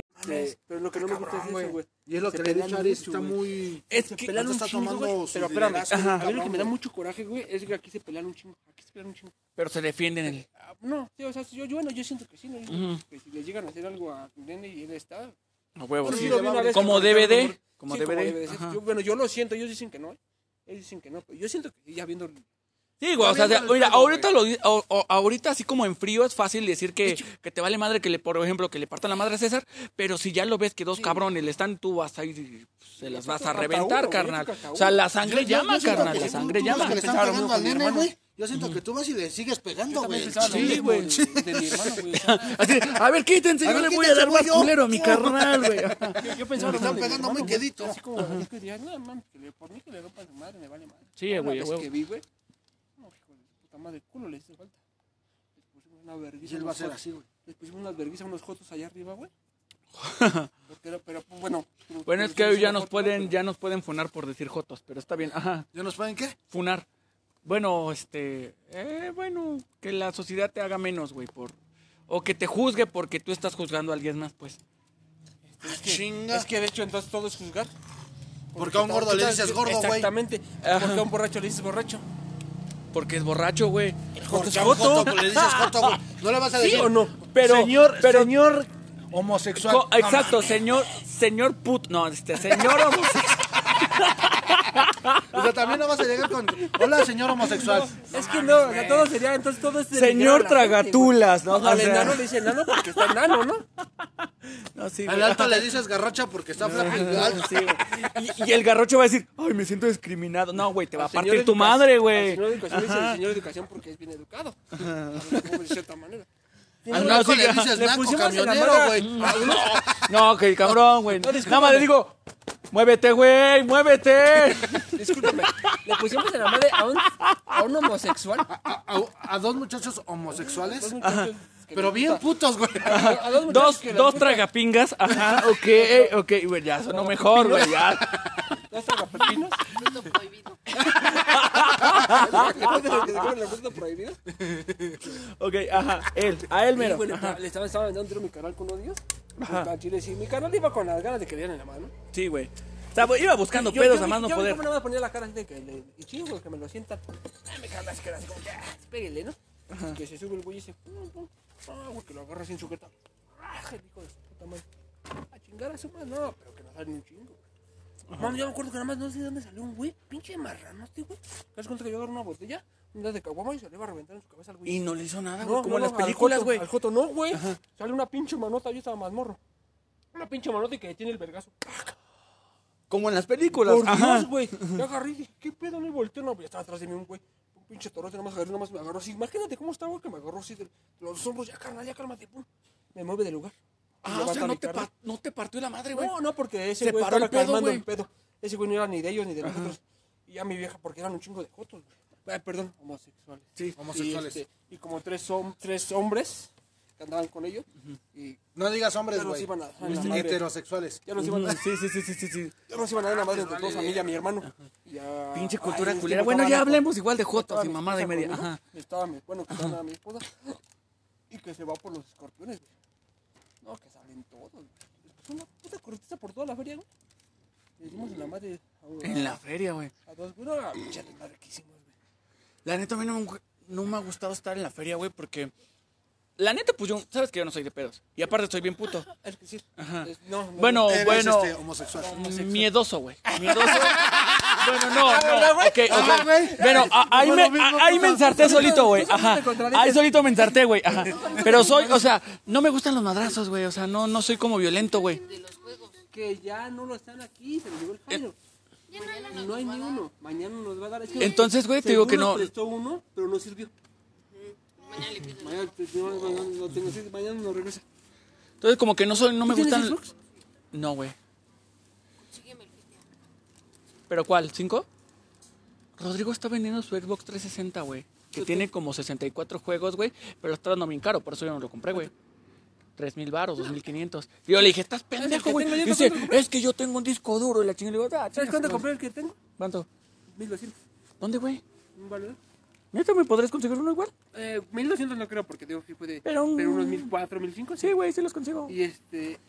Pero lo que no me gusta es eso, güey. Y es lo Se que le he pelean dicho a Aris, mucho, está güey. muy... Es Se que pelean pelean un está chingo, tomando güey. sus Pero espérame, liderazgos, a mí lo que cabrón, me da güey. mucho coraje, güey, es que aquí se pelean un chingo. Aquí se pelean un chingo. Pero se defienden el. Ah, No, sí, o sea, yo, yo- bueno, yo siento que sí, ¿no? Que si le llegan a hacer algo a Nene y él está. A huevo, Bueno, sí. sí lo vi una vez Como que me contaron, DVD. güey. Como Sí, DVD. ser. ajá. Yo, bueno, yo lo siento, ellos dicen que no. ¿eh? Ellos dicen que no, pero yo siento que ya viendo. Sí, güey, o sea, de- mira, ahorita, lo, di- a- a- ahorita así como en frío es fácil decir que, que te vale madre que le, por ejemplo, que le partan la madre a César, pero si ya lo ves que dos cabrones le están, tú vas ahí, y, pues, se las vas a Cataúro, reventar, güey, carnal. cataúro. O sea, la sangre Yo- yo- llama, yo siento carnal, que la tú- sangre tú ves llama. que le están Pensaron, pegando ¿no? al con mi nene, hermano. güey. Yo siento que tú vas y le sigues pegando, güey. Sí, Sí. güey. De, de mi hermano, güey. o sea, Así, a ver, quítense, A yo ver, le voy a dar quítense, más voy yo. culero a mi carnal, güey. yo, yo pensaba Me lo mismo están de mi pegando hermano, muy güey. quedito. Así como, es que dirías, no, mames, que le- por mí que le rompan su madre, me vale madre. Sí, Una güey, a vez huevo. que vi, güey. No, hijo de puta madre, culo le hice falta. Les pusimos una vergüenza. Y él va a ser así, güey. Les pusimos unas vergüenza a unos jotos allá arriba, güey. Porque era, pero pues, bueno. Bueno, es que pero hoy ya somos nos jotos, pueden, pero- ya nos pueden funar por decir jotos, pero está bien, ajá. ¿Ya nos pueden qué? funar. Bueno, este, eh, bueno, que la sociedad te haga menos, güey, por o que te juzgue porque tú estás juzgando a alguien más, pues. Es que, Chinga. es que de hecho entonces todo es juzgar. Porque a un gordo le tal- dices gordo, güey. Exactamente. Porque a un borracho le dices borracho. Porque es borracho, güey. Porque es a un joto. joto, pues, le dices joto, güey. No le vas a ¿Sí decir... o no? Pero señor, pero señor homosexual. co- No exacto, mames. señor, señor put, no, este, señor homosexual. O sea, también no vas a llegar con... Hola, señor homosexual. Es que no, o sea, todo sería, entonces todo es... de Señor llegar a la gente, güey. tragatulas, ¿no? Al O sea- enano le dice enano porque está enano, ¿no? No, sí, Al güey. alto le dices garracha porque está flaco. y alto. Sí, güey. y, y el garrocho va a decir, ay, me siento discriminado. No, güey, te va a Al señor partir tu educa- madre, al güey. Señor educación le dice el señor educación porque es bien educado. Como de cierta manera. Al No, blanco sí, le ya. dices Le blanco pusimos en la camionero, mano- güey. A uno- No, que el cabrón, güey. Nada más le digo, muévete, güey, muévete. Discúlpame, le pusimos en la madre a un, a un homosexual. A, a- a dos muchachos homosexuales, Dos Pues, muchachos que pero les bien gusta- putos, güey. a- a dos muchachos Dos, que les dos gusta- Ah, tragapingas, ajá, ok, ok, güey, ya sonó mejor, güey, ya. ¿Has tragado pepinos? Fruto prohibido. ¿Has de los que se comen los frutos prohibidos? Ok, ajá, él, a él Sí, mero. bueno, Ajá. le estaba, estaba vendiendo un tiro a mi canal con odios. Ajá. Ajá. Chile, sí. Mi canal iba con las ganas de que le dieran la mano. Sí, güey. O sea, güey, iba buscando Yo- pedos yo a vi- más no yo vi poder. cómo nada más ponía la cara así de que le, y chingo que me lo sienta. Ah, me cagas que era así como que, ah, espérele, ¿no? Que se sube el güey y dice, pum, pum, ah, güey, que lo agarra sin sujeta. Raje, Ah, hijo de su puta madre. A chingar a su madre, no, pero que no sale ni un chingo. Mano, yo me acuerdo que nada más no sé de dónde salió un güey, pinche marrano este güey. ¿Te das cuenta que yo agarré una botella, un día de caguama y se le iba a reventar en su cabeza al güey? Y no le hizo nada, No, güey. como en no, las no, películas, al Joto- güey. Al Joto no, güey. Sale una pinche manota, yo estaba mazmorro. Una pinche manota y que tiene el vergazo. Como en las películas. Por Ajá. Dios, güey. Yo agarré y dije, ¿qué pedo? No y volteo, no, pues, estaba atrás de mí un güey. Un pinche torote, nomás agarré, nomás me agarró así. Imagínate cómo estaba, güey, que me agarró así de de los hombros. Ya, carnal, ya cálmate, pum. Me mueve del lugar. Ah, Me o sea, levanta mi no te, carne. pa- no te partió la madre, güey. No, no, porque ese Se güey paró estaba el pedo, calmando güey. el pedo. Ese güey no era ni de ellos ni de nosotros. Y ya mi vieja, porque eran un chingo de jotos, güey. Ay, perdón, homosexuales. Sí, homosexuales. Y, este, y como tres, hom- tres hombres que andaban con ellos. Y No digas Pues, hombres, Ya nos güey. iban a- a la Este, madre. Heterosexuales. ya nos iban a, Sí, sí, sí, sí, sí, sí. ya nos iban a dar la madre entre todos, a mí y a mi hermano. Y ya- Pinche ay, cultura este, culera. me Bueno, estaba ya la- hablemos igual de estaba jotos y mi mamada y esposa media. conmigo, Ajá. Estaba mi, bueno, que estaba mi esposa. Y que se va por los escorpiones, güey. No, que salen todos. güey. Es una puta cortiza por toda la feria, güey. Le dimos en la madre a, En la feria, güey. a dos, güey. No, pinche desmadre que hicimos, güey. La neta, a mí no, me- no me ha gustado estar en la feria, güey, porque. La neta, pues yo, sabes que yo no soy de pedos. Y aparte, estoy bien puto. Es que sí. Es- no, no, Bueno, Eres, bueno. mm, este, homosexual. Miedoso, güey. Miedoso. bueno, no, no. güey? ok, ok. Ah, güey. Bueno, a- ahí, Fue me, lo mismo, a- ahí puto. me ensarté solito, güey. solito Ajá. te contradices. Ahí solito me ensarté, güey. Ajá. Pero soy, o sea, no me gustan los madrazos, güey. O sea, no, no soy como violento, güey. De los juegos. que ya no lo están aquí, se lo Eh, llevó el Jairo. Ya no hay Y no hay ni uno. Mañana nos va a dar. Es que Entonces, güey, te digo según que nos no- prestó uno, pero no sirvió. Mm, Mañana le pides. Mañana, te- no, no, no, no tengo, sí, mañana nos regresa. Entonces, como que no soy, no me ¿Tú gustan. tienes Xbox? No, güey. Consígueme el cristiano. ¿Pero cuál? ¿Cinco? Rodrigo está vendiendo su Xbox 360, güey. Que tiene como 64 juegos, güey. Pero está dando bien caro, por eso yo no lo compré, güey. 3.000 baros, 2.500. Y yo le dije, estás pendejo, que güey. tengo, yo Dice, tampoco lo compré. es que yo tengo un disco duro. Y la chingada le digo, ah, ¿Sabes chingas, cuánto güey. compré el que tengo? ¿Cuánto? 1200. ¿Dónde, güey? ¿Un valor? ¿Neta me podrías conseguir uno igual? Eh, 1200 no creo, porque digo que puede. Pero un- unos 1400, 1500. Sí, güey, sí los consigo. Y este.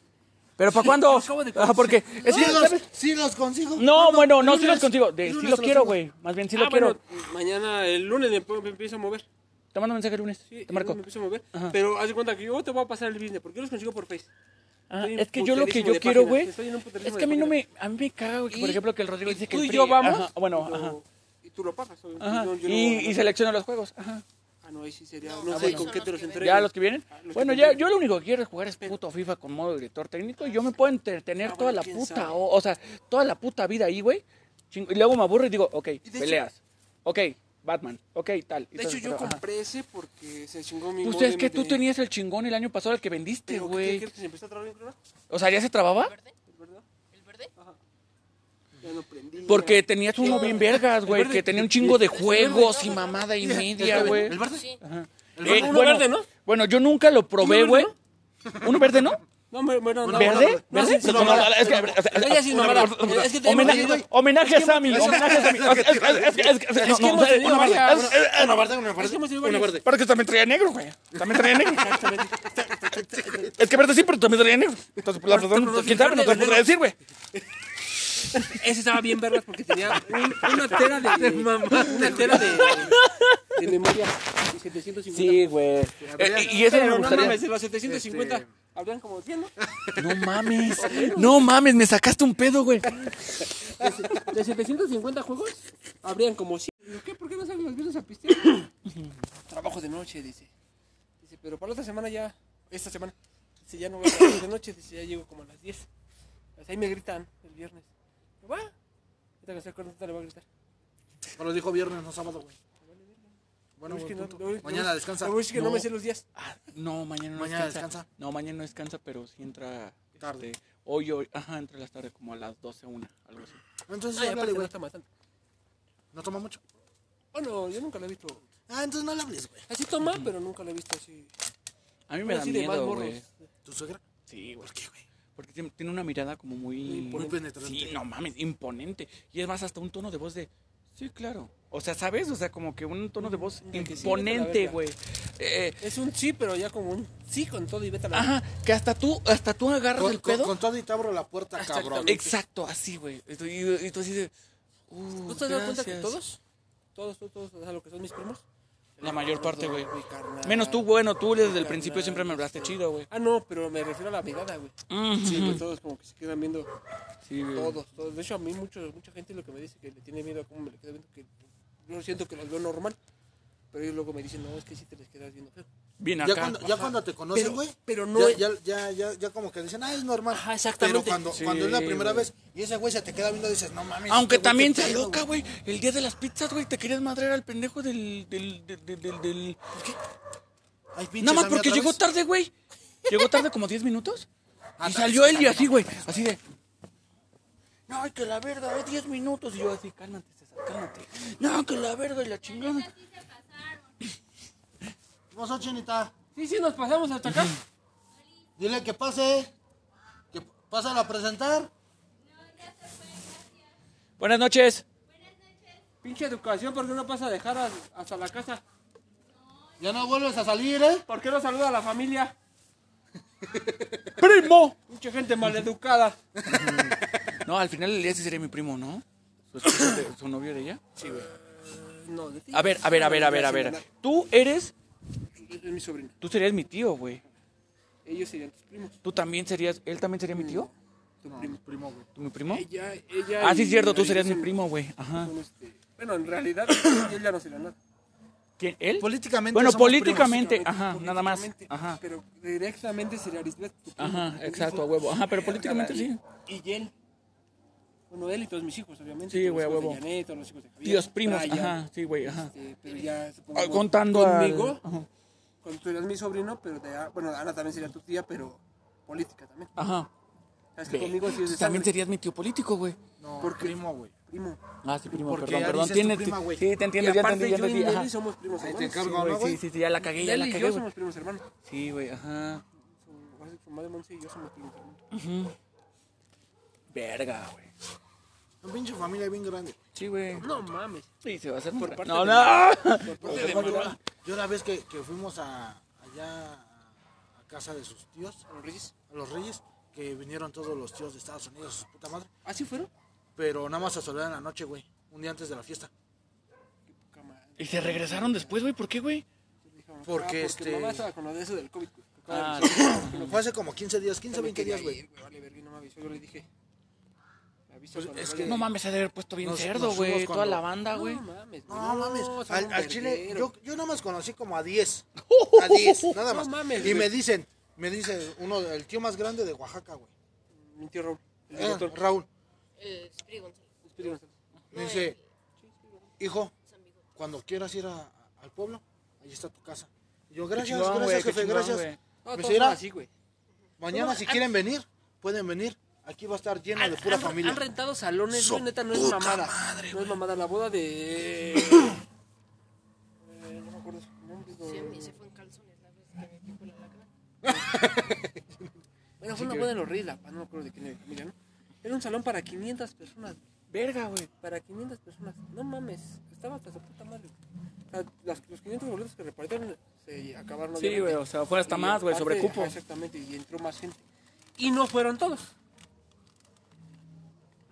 ¿Pero para cuándo? acabo de Ah, porque... es que, Sí los, ¿sabes? sí los consigo. No, ¿Cuándo? bueno, no, sí Lunes. los consigo. De- sí Lunes los se quiero, hago. güey. Más bien, sí Ah, los quiero. bueno, mañana, el lunes me, me empiezo a mover. Te mando mensaje el lunes. Sí, te marco. Me empiezo a mover. Ajá. Pero haz de cuenta que yo te voy a pasar el business, porque yo los consigo por Face. Ah, Estoy en es que yo lo que puterísimo yo de quiero, páginas, güey. estoy en un puterísimo Es que de a mí no páginas. me. A mí me caga, güey. que, Por Y- ejemplo, que el Rodrigo dice que. tú el y yo PRI- vamos. Ajá, bueno, y lo- ajá. Y tú lo pagas. obviamente, ajá. yo- yo no- y, no- y selecciono los juegos. Ajá. Ah, no, ahí sí sería. No, No, sé bueno. con qué Son te los los que entrego. Ya los que vienen. Ah, los bueno, que ya, vienen. yo lo único que quiero es jugar es puto FIFA con modo director técnico. Y yo me puedo entretener Ah, toda bueno, la quién puta. sabe. O, o sea, toda la puta vida ahí, güey. Chingo- Y luego me aburro y digo, ok, peleas. Ok, Batman. Ok, tal. y De todo hecho, eso, yo pero, ajá. compré ese porque se chingó mi. Pues es módem que tú de- tenías el chingón el año pasado, el que vendiste, Pero, ¿qué güey. quieres que se empezó a trabar bien, claro? O sea, ¿ya se trababa? ¿Es verdad? ¿El verde? Ya no prendí. Porque tenías uno bien vergas, güey, verde. que tenía un chingo de juegos y mamada y media, güey. ¿El verde? Sí. Eh, uno bueno, verde, ¿no? Bueno, yo nunca lo probé, verde, güey. ¿Uno verde, no? No, me, bueno, no. ¿Verde? No, no, ¿Verde? sí, sí, No, no, mamada. es que- es que- No, ya sí, mamada. Es que te- Homenaje, homenaje a Sammy, homenaje a Sammy. Es que- es que- es que- es que- no, que hemos no, tenido una verde, varias- es- es- Una verde, una verde. hemos tenido Una varios. verde. Pero que también traía negro, güey. También traía negro. Es que verde sí, pero también traía negro. Entonces, pues, la razón, quién sabe, no te lo podría decir, güey. Ese estaba bien vergas porque tenía un- una tera de. Una tera de. De memoria. de 750. güey. Eh, Y eso no Pero me no gustaría. mames, de los 750 habrían como 100, ¿no? No mames. No mames, me sacaste un pedo, güey. De 750 juegos, habrían como 100. Digo, ¿Qué? ¿Por qué no salen los viernes a pistear? Trabajo de noche, dice. Dice, pero para la otra semana ya, esta semana, dice, ya no voy a trabajar de noche, dice, ya llego como a las 10. Pues ahí me gritan el viernes. Digo, "Ah". Ahorita que estoy con le voy a gritar. Me lo dijo viernes, no sábado, güey. Bueno, Es que güey, no- punto. lo único- Mañana descansa. Lo único es que no. No. me sé los días. Ah, No, mañana no Mañana descansa. descansa. No, mañana no descansa, pero sí entra Tarde. este, hoy, hoy, ajá, entra las tardes como a las 12, una, algo así. Entonces, Ay, háblale, aparte no güey. está matando. No toma mucho. Bueno, yo nunca lo he visto. Ah, entonces no le hables, güey. Así toma, pero nunca lo he visto así. A mí me da así de más miedo, morros. güey. ¿Tu suegra? Sí, güey. ¿Por qué, güey? Porque tiene tiene una mirada como muy... Muy penetrante. Sí, no mames, imponente. Y es más, hasta un tono de voz de... Sí, claro. O sea, ¿sabes? O sea, como que un tono de voz De que sí, vete a imponente, la verga. güey. Eh, Es un sí, pero ya como un sí con todo y vete a la ajá, que hasta tú, hasta tú agarras Con, el con- pedo. con todo y te abro la puerta, cabrón. Exactamente. Exacto, así, güey. Y, tú- y- y tú así de... Uh, ¿Tú te has dado cuenta que gracias. todos, todos, todos, todos, o sea, lo que son mis primos? La mayor parte, güey. Mi carnal. Menos tú, bueno, tú desde el Carnal, principio siempre me hablaste chido, güey. Ah, no, pero me refiero a la mirada, güey. Mm. Sí, güey, todos como que se quedan viendo. Sí, güey. Todos, todos. De hecho, a mí mucho, mucha gente lo que me dice que le tiene miedo a cómo me le quedo viendo, que yo siento que los veo normal. Pero ellos luego me dicen, no, es que sí te les quedas viendo feo. Bien acá. Ya cuando, ya cuando te conocen, Pero- güey. pero no- Ya, ya, ya, ya, ya como que dicen, ah, es normal. Ajá, exactamente. Pero cuando, Sí, cuando es la primera güey. vez y ese güey se te queda viendo, dices, no mames. Aunque este güey, también qué se pedo, loca, güey. El día de las pizzas, güey, te querías madrear al pendejo del. del, del, del, del- del- Ay, pinche Nada más Sammy, porque otra llegó vez. tarde, güey. Llegó tarde como 10 minutos. Ah, Y salió él y así, güey. Así de. No, que la verga, es 10 minutos. Y yo así, cálmate, César, cálmate. No, que la verga y la chingada. ¿Cómo son, chinita? Sí, sí, nos pasamos hasta acá. Dile que pase. Que pásala a presentar. Buenas noches. Pinche educación, ¿por qué no pasa a dejar a- hasta la casa? Ya no vuelves a salir, ¿eh? ¿Por qué no saluda a la familia? ¡Primo! Mucha gente maleducada. No, al final el día sí sería mi primo, ¿no? Su, esposo de- su novio de ella. Ah, No, de ti. A ver, a ver, a ver, a ver, a ver. Tú eres. Es mi sobrina. Tú serías mi tío, güey. Ellos serían tus primos. Tú también serías. ¿Él también sería mi tío? Tu Ah, primo. ¿Tú, mi primo? Ella, ella. Ah, sí, y- cierto, tú ellos serías mi son- primo, güey. Ajá. son, este, bueno, en realidad, él ya no sería nada. ¿Quién? ¿Él? Políticamente. Bueno, somos políticamente, ajá, Políticamente, nada más. Ajá, Pero directamente sería Arisbeth. tu primo, ajá, el exacto, hijo. a huevo. Ajá, pero políticamente sí. Y y él. Bueno, él y todos mis hijos, obviamente. Sí, Los güey, a hijos de huevo. Janet, todos los hijos de Javier, Tíos, primos, Brian, ajá, sí, güey, ajá. este, pero ya, Ah, supongo, Contando al- conmigo, ajá, cuando tú eras mi sobrino, pero de, bueno, Ana también sería tu tía, pero política también. Ajá. Sabes que Ve, conmigo sí es de tú también sangre, serías mi tío político, güey. No, ¿Por qué? primo, güey. primo. Ah, sí, primo, Porque perdón, ya perdón. dices Tienes, tu prima, güey. sí, te Y entiendo, ya aparte entendí, ya yo y entendí. Ajá. Nelly somos primos Ahí hermanos. te encargo, Sí, ¿no, güey, güey? sí, sí, sí, ya la cagué, ya Nelly la y cagué, yo güey. somos primos hermanos. Sí, güey, ajá. Su- así, Su madre Monse y yo somos primos hermanos. Verga, güey. Una pinche familia bien grande. Sí, güey. No mames. Sí, se va a hacer por parte No, de- no. Yo la- yo la vez que, que fuimos a, allá a- a casa de sus tíos, ¿A los reyes? a los reyes, que vinieron todos los tíos de Estados Unidos, su puta madre, ¿Así fueron? pero nada más a saludar en la noche, güey, un día antes de la fiesta. Qué poca madre. Y se regresaron después, güey, ¿por qué, güey? Dijeron, ah, Porque, este- mamá estaba con lo de eso del COVID. güey, que acaba de Ah, avisar. Que no- Fue hace como 15 días, que 15, no 20 quería días, güey. ir, Vale, verga, y no me avisó. Yo le dije. Me avisa cuando es vaya. que- No mames, se debe haber puesto bien Nos- cerdo, nos güey. fuimos Toda cuando- la banda, güey. No mames. güey, No mames, son al, un al chile, verguero. yo, yo nada más conocí como a 10. A 10, nada No más. mames, y güey. me dicen, me dice uno, el tío más grande de Oaxaca, güey. Mi tío Raúl. el Eh, doctor. Raúl, El Spiri Eh, González. Espíritu Santo. me dice, hijo, San Bigote. cuando quieras ir a- al pueblo, ahí está tu casa. Y yo, Qué gracias, chingón, güey, gracias, qué jefe, chingón, gracias. güey. No, Me todos será. son así, güey. Mañana, si quieren venir, pueden venir. Aquí va a estar lleno de pura han, familia. han rentado salones, güey, neta, no es mamada. no es mamada, la boda de... Eh, no me acuerdo su nombre, Sí, a mí güey. se fue en calzones la vez que me picó la lacra. Bueno, fue una boda en los Reyes, la Paz, no me acuerdo de quién era, mira, ¿no? Era un salón para 500 personas, güey, Verga, güey. para 500 personas. No mames, estaba hasta su puta madre. güey. O sea, las- los 500 boletos que repartieron se acabaron. Sí, obviamente. güey, o sea, fuera hasta Y más, güey, aparte, sobre cupo. ajá, Exactamente, y entró más gente. Y no fueron todos.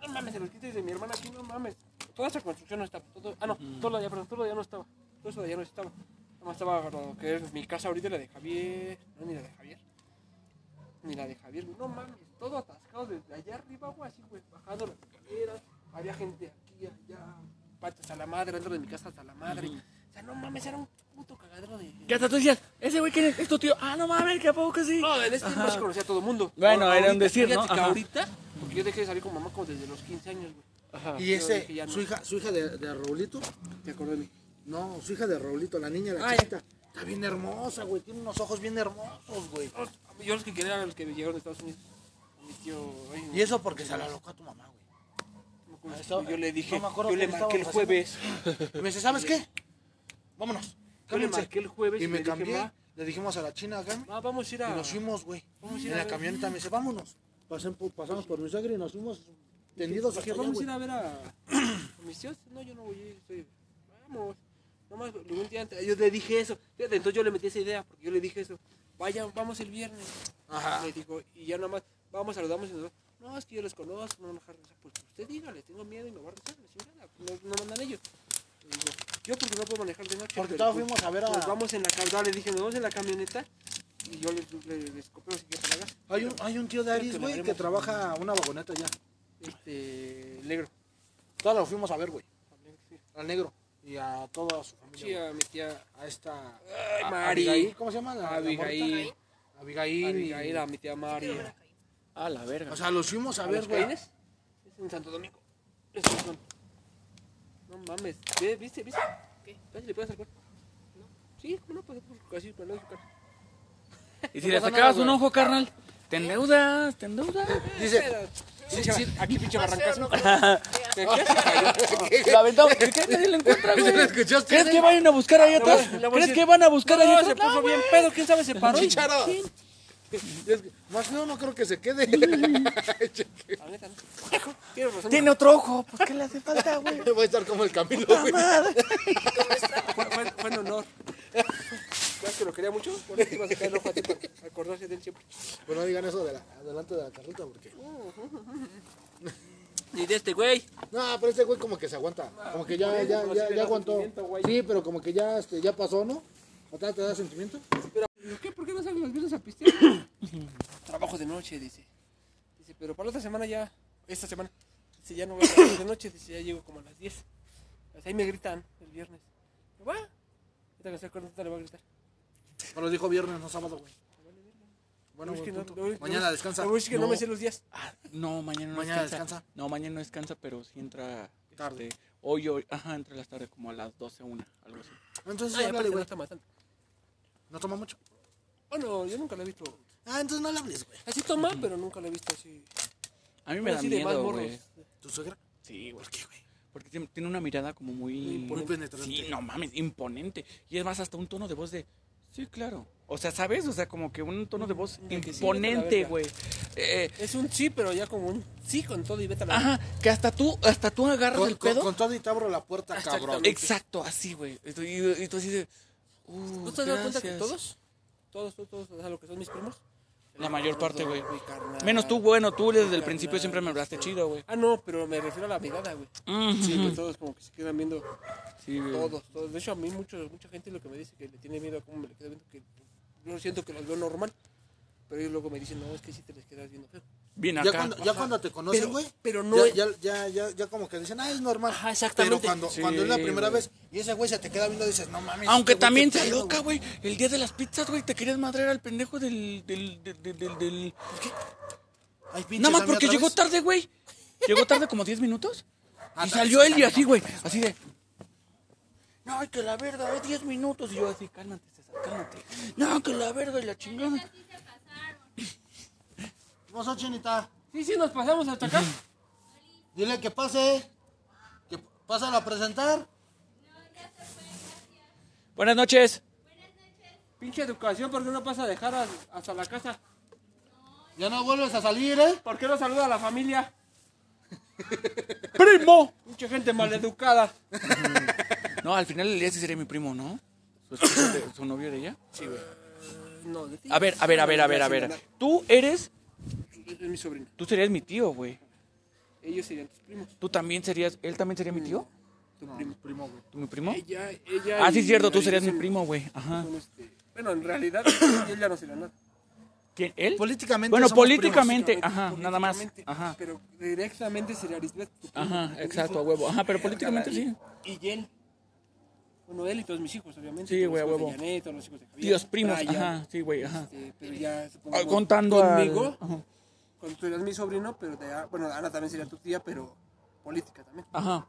No mames, en los quites de mi hermana aquí, no mames. Toda esa construcción no estaba. Todo, ah, no, todo lo de allá, perdón, todo lo de allá no estaba. Todo eso de allá no estaba. Nada más estaba lo que es mi casa ahorita, la de Javier. No, ni la de Javier. Ni la de Javier, güey. No mames, todo atascado desde allá arriba, güey, así, güey, bajando las escaleras. Había gente aquí, allá. Patas hasta la madre, dentro de mi casa hasta la madre. O sea, no mames, era un puto cagadero de. Ya hasta tú decías, ese güey quién es, es tu tío. Ah, no mames, que a poco que sí. No, en ese tiempo se conocía a todo el mundo. Bueno, Ahora, era un ahorita, decir, fíjate ¿no? que Ajá. ahorita, porque yo dejé de salir con mamá como desde los 15 años, güey. Y Yo ese, dije, ya no. su hija, su hija de, de Raulito, ¿Te acordás de mí? no, su hija de Raulito, la niña, la Ay. chiquita, está bien hermosa, güey, tiene unos ojos bien hermosos, güey. No, Yo los que quería eran los que llegaron de Estados Unidos. Mi tío, ay, no, Y eso porque se la alocó a tu mamá, güey. no me acuerdo si Estaba- yo le dije, no me acuerdo yo le cómo marqué el estábamos jueves. Y me dice, ¿sabes qué? Vámonos. Yo le cámbiense". marqué el jueves Y me dije, cambié, "Ma, le dijimos a la china, Gami, ma, vamos a ir y a... nos fuimos, güey. Vamos a ir En a la ver. camioneta me dice, vámonos. pasen por- pasamos por Misagri y nos fuimos tendidos Porque hacia allá, vamos a güey. ir a ver a, a mis tíos. No, yo no voy a ir. Estoy... Vamos. Nomás le- un día antes. Yo le dije eso. Fíjate, entonces yo le metí esa idea porque yo le dije eso. Vayan, vamos el viernes. Me dijo, y ya nomás, vamos, saludamos y nos vamos. No, es que yo los conozco, no me van a dejar regresar. Pues usted dígale, tengo miedo y me va a regresar. la chingada, No, no mandan ellos. Le digo, yo porque no puedo manejar de noche. Porque pero todos pues- fuimos a ver a... nos vamos en la camioneta, le dije, nos vamos en la camioneta. Y yo les, les, les copio así que para acá. Hay un, hay un tío de Aris, güey, que trabaja una vagoneta allá. Este, negro. Todos lo fuimos a ver, güey. Sí, Al negro. Y a toda su familia. Sí, a mi tía güey. A esta... Ay, a- Mari. Abigail, ¿Cómo se llama? La, la Abigail. morrita? Abigail. Abigail, a mi tía Mari. A la verga. O sea, los fuimos a, ¿A ver, los güey. Caínes? Es en Santo Domingo. Es en San- No mames. Ve, ¿Viste? ¿Viste? ¿Qué? Casi le puedes acercar. No. Sí, ¿cómo no? Pues pues, casi, pero no es su cara. y si le sacabas un ojo, carnal, te ¿Eh? endeudas, te endeudas. Dice, Pinche- aquí pinche barrancazo. La aventamos. ¿Qué crees? Nadie lo encuentra, güey. ¿Crees que vayan a buscar ahí atrás? voy- le voy a ¿Crees decir- que van a buscar ahí No, se atrás? puso bien pedo, quién sabe, se paró. y- más feo no creo que se quede. La neta, no. Tienes razón. Tiene otro ojo. Pues, ¿qué le hace falta, güey? Voy a estar como el Camilo, güey. Fue, fue, fue en honor. ¿Sabes que lo quería mucho? Bueno, te iba a sacar el ojo a ti para acordarse de él siempre. Bueno, no digan eso de la, adelante de la carreta, porque... Y de este güey. No, pero este güey como que se aguanta. Como que ya, ya, ya, ya aguantó. Sí, pero como que ya, este, ya pasó, ¿no? ¿Otra te da sentimiento? ¿Qué? ¿Por qué no salen los viernes a pistear? Trabajo de noche, dice. Dice, pero para la otra semana ya, esta semana. Dice, ya no voy a trabajar de noche, dice, ya llego como a las 10. Pues ahí me gritan el viernes. Va. Ahorita que estoy acordando, ahorita le va a gritar. Pero dijo viernes, no sábado, güey. Bueno, Es que buen no- punto. lo único- Mañana descansa. Lo único es que no. No. me sé los días. Ah, No, mañana no Mañana descansa. descansa. No, mañana no descansa, pero sí entra. Tarde. este, hoy, hoy, ajá, entra las tardes como a las 12, 1, algo así. Entonces, Ay, aparte háblale, no güey. está matando. No toma mucho. Bueno, yo nunca lo he visto. Ah, entonces no le hables, güey. Así toma, pero nunca lo he visto así. A mí me Bueno, da sí, de más miedo, morros. güey. ¿Tu suegra? Sí, güey. Porque tiene tiene una mirada como muy. Muy penetrante. Sí, no mames, imponente. Y es más, hasta un tono de voz de. Sí, claro. O sea, ¿sabes? O sea, como que un tono de voz de que sí, vete a imponente, la verga. güey. Eh, Es un sí, pero ya como un sí con todo y vete a la ajá, que hasta tú, hasta tú agarras Con, el con- pedo. con todo y te abro la puerta, cabrón. Exactamente. Exacto, así, güey. Y, tú- y- y tú así de. Uh, ¿Tú te has dado cuenta que gracias. todos, todos, todos, todos, o sea, lo que son mis primos? La mayor parte, güey. Mi carnal. Menos tú, bueno, tú desde el Carnal, principio siempre me hablaste chido, güey. Ah, no, pero me refiero a la mirada, güey. Mm. Sí, güey, todos como que se quedan viendo. Sí, güey. Todos, todos. De hecho, a mí mucho, mucha gente lo que me dice que le tiene miedo a cómo me le quedo viendo, que yo siento que los veo normal. Pero ellos luego me dicen, no, es que sí te les quedas viendo feo. Bien acá. Ya cuando, ya cuando te conocen, Pero- güey. pero no- Ya, ya, ya, ya, ya como que dicen, ah, es normal. Ajá, exactamente. Pero cuando, Sí, cuando es la primera güey. vez y ese güey se te queda viendo, dices, no mames. Aunque este güey, también qué sea pedo, loca, güey. El día de las pizzas, güey, te querías madrear al pendejo del. del, del, del, del- del- Ay, pinche Nada más Sammy, porque otra llegó vez. tarde, güey. Llegó tarde como 10 minutos. Ah, Y ta- salió él y así, güey. Así de. No, que la verga, es 10 minutos. Y yo así, cálmate, César, cálmate. No, que la verga y la chingada. ¿Cómo son, chinita? Sí, sí, nos pasamos hasta acá. Dile que pase. Que pásalo a presentar. Buenas noches. Pinche educación, ¿por qué no pasa a dejar a- hasta la casa? Ya no vuelves a salir, ¿eh? ¿Por qué no saluda a la familia? ¡Primo! Mucha gente maleducada. No, al final el día sí sería mi primo, ¿no? Su, esposo de- su novio de ella. No, de ti. A ver, a ver, a ver, a ver, a ver. Tú eres. Es mi sobrino. Tú serías mi tío, güey. Ellos serían tus primos. Tú también serías. ¿Él también sería mi tío? Tu primo. ¿Mi primo? Ella, ella. Ah, sí, y es cierto, tú María serías mi son- primo, güey. Ajá. son, este, bueno, en realidad, él ya no sería nada. ¿Quién? ¿Él? Políticamente Bueno, somos políticamente, ajá, Políticamente, nada más. Ajá, Pero directamente sería Arisbeth. tu primo, ajá, el exacto, hijo. a huevo. Ajá, pero políticamente sí. Y él. Bueno, él y todos mis hijos, obviamente. Sí, Los güey, a hijos huevo. De Janet, todos los hijos de Javier, Tíos, primos, Brian, ajá, sí, güey, ajá. este, pero ya, Ah, supongo, Contando al- conmigo, ajá, cuando tú eras mi sobrino, pero de, ah, bueno, Ana también sería tu tía, pero política también. Ajá.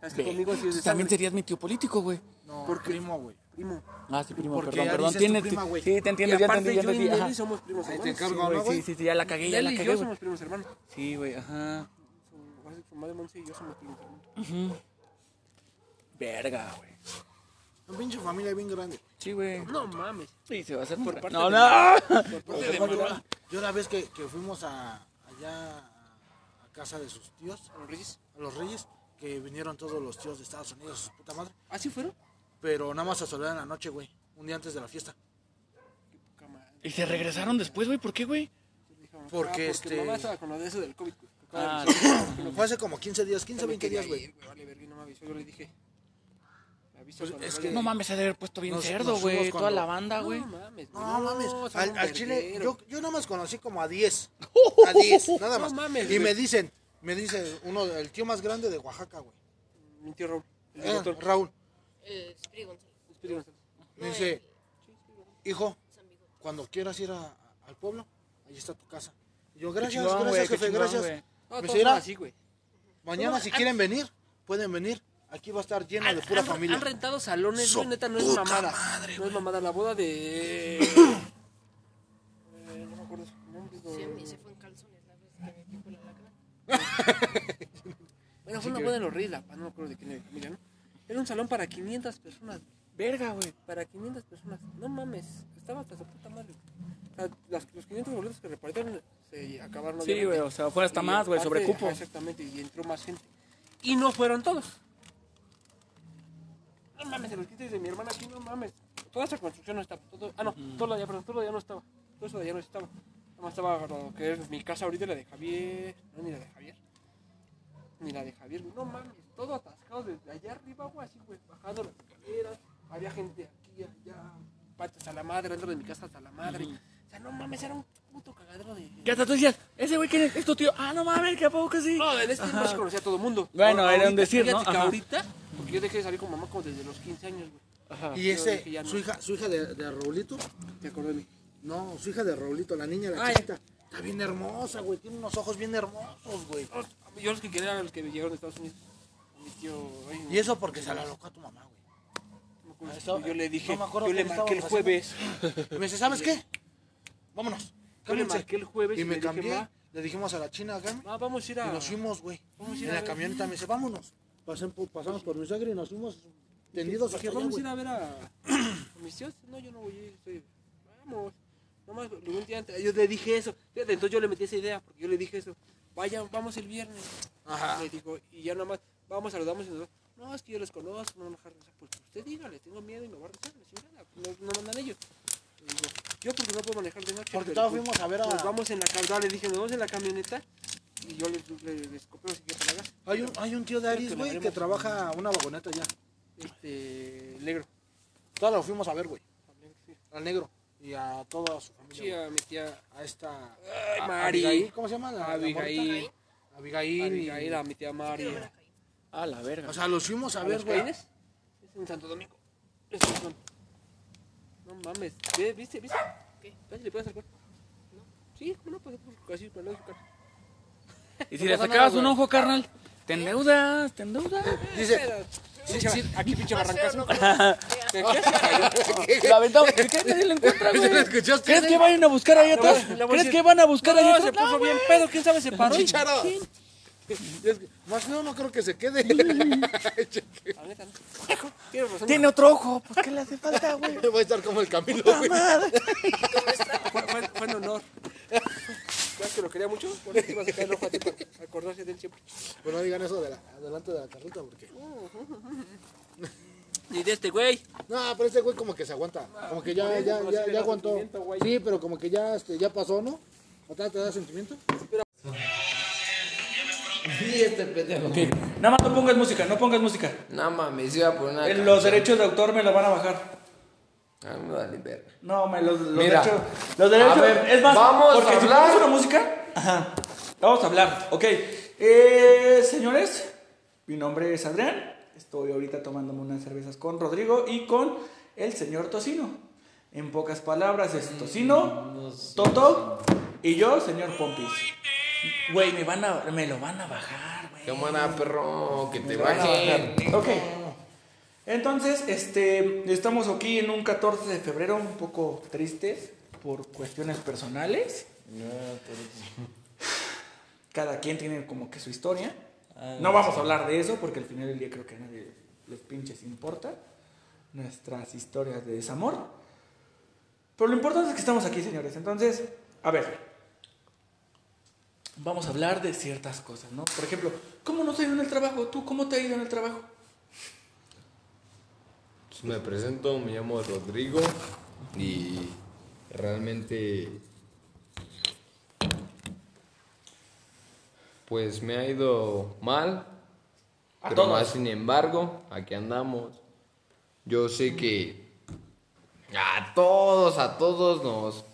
Sabes que conmigo sí es de Tú También sangre. serías mi tío político, güey. No, ¿Por qué? primo, güey. primo. Ah, sí, primo, Porque perdón, ya perdón. dices tu Tienes, prima, güey. sí, te Y entiendo, ya aparte entendí, ya yo y entendí. Nelly Ajá. somos primos Ahí te hermanos. encargo, Güey, ¿no, güey? Sí, sí, sí, ya la cagué, ya Nelly la y cagué, yo güey. somos primos hermanos. Sí, güey, ajá. Su- ahora sí que su madre Monse y yo somos primos hermanos. Verga, güey. Una pinche familia bien grande. Sí, güey. No mames. Sí, se va a hacer por parte No, de- no. Yo la- yo la vez que, que fuimos a, a allá a- a casa de sus tíos, ¿A los reyes? a los reyes, que vinieron todos los tíos de Estados Unidos, su puta madre. ¿Ah, sí fueron? Pero nada más a saludar en la noche, güey. Un día antes de la fiesta. Qué poca madre. ¿Y se regresaron después, güey? ¿Por qué, güey? Dijeron, Porque, este- "Ah, mamá estaba con lo de eso del COVID. güey, que acaba de Ah, avisar. Fue hace como 15 días, 15, Yo me 20 quería días, güey. ir, Vale, verga, y no me avisó. Yo le dije. Me avisó Pues, cuando es vaya. que No mames, se debe haber puesto bien Nos- cerdo, nos güey. fuimos Toda cuando- la banda, güey. No mames. No mames, no, son al, un al chile, verguero. yo, yo nada más conocí como a 10. A 10, nada No más. mames, y güey. me dicen, me dice uno, el tío más grande de Oaxaca, güey. Mi tío Raúl. El Eh, doctor. Raúl. El Spiri eh, González. Espíritu Santo. No, Dice, hijo, el San Bigote. cuando quieras ir a- al pueblo, ahí está tu casa. Y yo, gracias, Chingón, güey, gracias, qué jefe, chingón, gracias. güey. No, Me todos será. son así, güey. Mañana, si quieren venir, pueden venir. Aquí va a estar lleno Ah, de pura han, familia. han rentado salones, güey, neta, no es mamada. no es mamada, la boda de... Eh, no me acuerdo su nombre, Sí, a güey. mí se fue en calzones la vez que me picó la lacra. Bueno, fue una boda en los Reyes, la Paz, no me acuerdo de quién era, mira, ¿no? Era un salón para 500 personas, Verga, güey. para 500 personas. No mames, estaba hasta su puta madre. O sea, las- los 500 boletos que repartieron se acabaron. Sí, obviamente. güey, o sea, fuera hasta Y más, güey, aparte, sobre cupo. ajá, Exactamente, y entró más gente. Y no fueron todos. No mames, se los quites de mi hermana aquí, no mames. Toda esa construcción no estaba. Todo, ah, no, todo lo de allá, perdón, todo lo de allá no estaba. Todo eso de allá no estaba. Nada más estaba lo que es mi casa ahorita, la de Javier. No, ni la de Javier. Ni la de Javier, güey. No mames, todo atascado desde allá arriba, güey, así, güey, bajando las escaleras. Había gente aquí, allá. Patas hasta la madre, dentro de mi casa hasta la madre. O sea, no mames, era un puto cagadero de. Ya hasta tú decías, ese güey, ¿quién es? ¿Es tu tío? Ah, no mames, que a poco que sí. No, en ese tiempo se conocía a todo el mundo. Bueno, Ahora, era un ahorita, decir, fíjate ¿no? que Ajá. ahorita, porque yo dejé de salir con mamá como desde los 15 años, güey. Y ese, ah, dije, ya no. su hija, su hija de, de Raulito, ¿Te acordé de mí? no, su hija de Raulito, la niña, la Ah, ya. chiquita, está bien hermosa, güey, tiene unos ojos bien hermosos, güey. No, Yo los que quería eran los que llegaron de Estados Unidos. Mi tío, ay, no, Y eso porque se la locó a tu mamá, güey. no me acuerdo Ah, si- estaba- yo le dije, no me acuerdo yo le que marqué el estábamos jueves. Y me dice, ¿sabes qué? Vámonos, Yo le cámbiense. marqué el jueves Y me le dije, cambié, "Ma, le dijimos a la china, Carmen, ma, vamos a ir y a... nos fuimos, güey. Vamos a ir En a la ver. camioneta me dice, vámonos. Pasen por- pasamos por mi sangre y nos fuimos tendidos Dije, hacia allá, Pues vamos a güey. ir a ver a, a mis tíos. No, yo no voy a ir, estoy... Vamos. Nomás, un día antes, yo le dije eso. Fíjate, entonces yo le metí esa idea, porque yo le dije eso. Vaya, vamos el viernes. Ajá. Me dijo, y ya nada más, vamos, saludamos y nos vamos. No, es que yo los conozco, no me van a dejar rezar. Pues usted dígale, tengo miedo y me va a rezar, la chingada. No, no mandan ellos. Le digo, yo porque no puedo manejar de noche. Porque pero todos pues, fuimos a ver a- Nos vamos en la camioneta, le dije, nos vamos en la camioneta. Y yo les, les, les copio así que para acá. Hay un, hay un tío de Aris, güey, que trabaja una vagoneta allá. Este, negro. Todos lo fuimos a ver, güey. Al negro. Y a toda su familia. Sí, güey. a mi tía a esta Ay, a- Mari. Abigail, ¿cómo se llama? La- la Abigail. morrita? Abigail. Abigail, a mi tía Mari. A la verga. O sea, los fuimos a, ver, los güey. Caínes? Es en Santo Domingo. Es en Santo- No mames. Ve, ¿Viste? ¿Viste? ¿Qué? Casi le puedes acercar. No. Sí, ¿cómo no? Pues pues, casi para no acercar. y si le sacabas un ojo, carnal, te endeudas, te endeudas. Dice, Sí, sí, aquí pinche barrancazo. ¿Qué Lo aventamos. ¿Qué crees que nadie lo encuentra, güey? ¿lo escuchaste? ¿Crees que vayan a buscar ahí atrás? Le voy a ¿Crees decir- que van a buscar ahí No, se atrás? puso bien pedo, quién sabe se paró. y- chicharo. Más feo no creo que se quede. Voy La neta, no. Tienes razón. Tiene otro ojo, pues ¿qué le hace falta, güey? a estar como el Camilo, Fue, güey. fue, fue en honor. ¿Sabes que lo quería mucho? Bueno, te iba a sacar el ojo a ti para acordarse de él siempre. Bueno, no digan eso de la, adelante de la carreta, porque. Y de este güey. No, pero este güey como que se aguanta. Como que ya, ya, ya, ya aguantó. Sí, pero como que ya, este, ya pasó, ¿no? ¿O te te da sentimiento? Sí, este pendejo. Nada más no pongas música, no pongas música. No mames, iba a poner una Eh, canción. derechos de autor me lo van a bajar. Ah, me vale verga. No, me los, los Mira. derechos. Los derechos. A ver, es más, vamos porque a si hablar. ponemos una música. Ajá. Vamos a hablar. Ok. Eh, señores, mi nombre es Adrián. Estoy ahorita tomándome unas cervezas con Rodrigo y con el señor Tocino. En pocas palabras, es Tocino, Toto y yo, señor Pompis. Güey, me, van a- me lo van a bajar, güey. Qué buena, perro, que Me te van a bajen. bajar. Ok. Entonces, este, estamos aquí en un 14 de febrero, un poco tristes por cuestiones personales. Cada quien tiene como que su historia. Ah, No vamos a hablar de eso porque al final del día creo que a nadie les pinches importa nuestras historias de desamor. Pero lo importante es que estamos aquí, señores. Entonces, a ver. vamos a hablar de ciertas cosas, ¿no? Por ejemplo, ¿cómo no te ha ido en el trabajo? ¿Tú cómo te ha ido en el trabajo? Pues me presento, me llamo Rodrigo y realmente pues me ha ido mal, A pero todos. más sin embargo, aquí andamos. Yo sé que a todos, a todos nos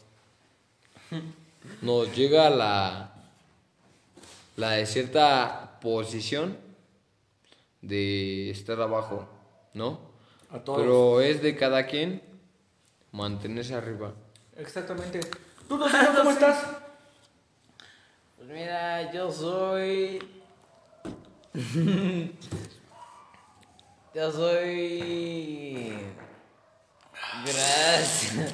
nos llega la la de cierta posición de estar abajo, ¿no? A todos. Pero es de cada quien mantenerse arriba. Exactamente. ¿Tú, Rocío, cómo estás? Pues mira, yo soy. yo soy. Gracias.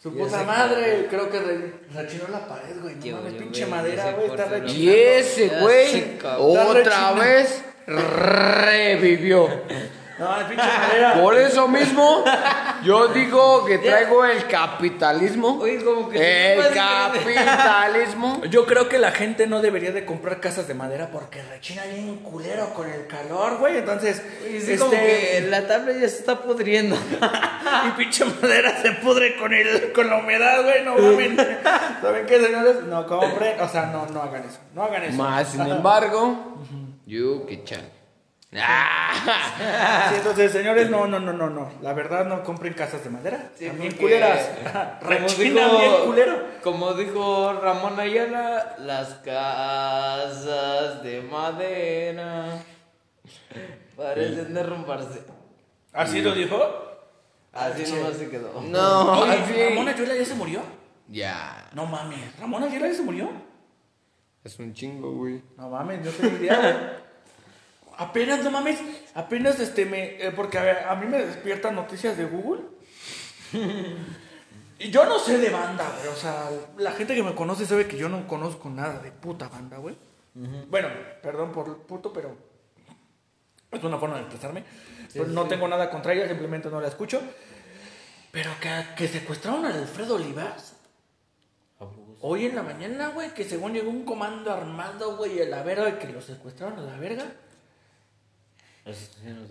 Su Ya puta sé. madre, creo que re- rechinó la pared, güey. Yo- No mames, yo, pinche güey, ese madera, güey. Está corte lo- rechinando. Y ese Ya güey sé, cabrón. otra Está rechinando. vez revivió. No, la pinche madera. Por eso mismo, yo digo que traigo el capitalismo. Oye, como que. pues, El capitalismo. Yo creo que la gente no debería de comprar casas de madera porque rechina bien culero con el calor, güey. Entonces, Y sí, este, como que la tabla ya se está pudriendo. y pinche madera se pudre con el con la humedad, güey. No mames. ¿Saben qué, señores? No compren, o sea, no no hagan eso. No hagan eso. Más sin embargo, yo que chale. Ah, Sí, entonces, señores, no, no, no, no, no. La verdad, no compren casas de madera. Sí, También porque- culeras. Como Rechina bien dijo- culero. Como dijo Ramón Ayala, las casas de madera parecen derrumbarse. ¿Así lo dijo? Así nomás se quedó. No, Ah, Oye, así. ¿Ramón Ayuela ya se murió? Ya. No mames, ¿Ramón Ayuela ya se murió? Es un chingo, güey. No mames, no tenía idea, güey. Apenas, no mames, apenas este me. eh, porque a, ver, a mí me despiertan noticias de Google. Y yo no sé de banda, güey. O sea, la gente que me conoce sabe que yo no conozco nada de puta banda, güey. Bueno, perdón por el puto, pero. Es una forma de expresarme. Pero no tengo nada contra ella, simplemente no la escucho. Pero que, que secuestraron a Alfredo Olivas. Hoy en la mañana, güey, que según llegó un comando armado, güey, a la verga, que lo secuestraron a la verga.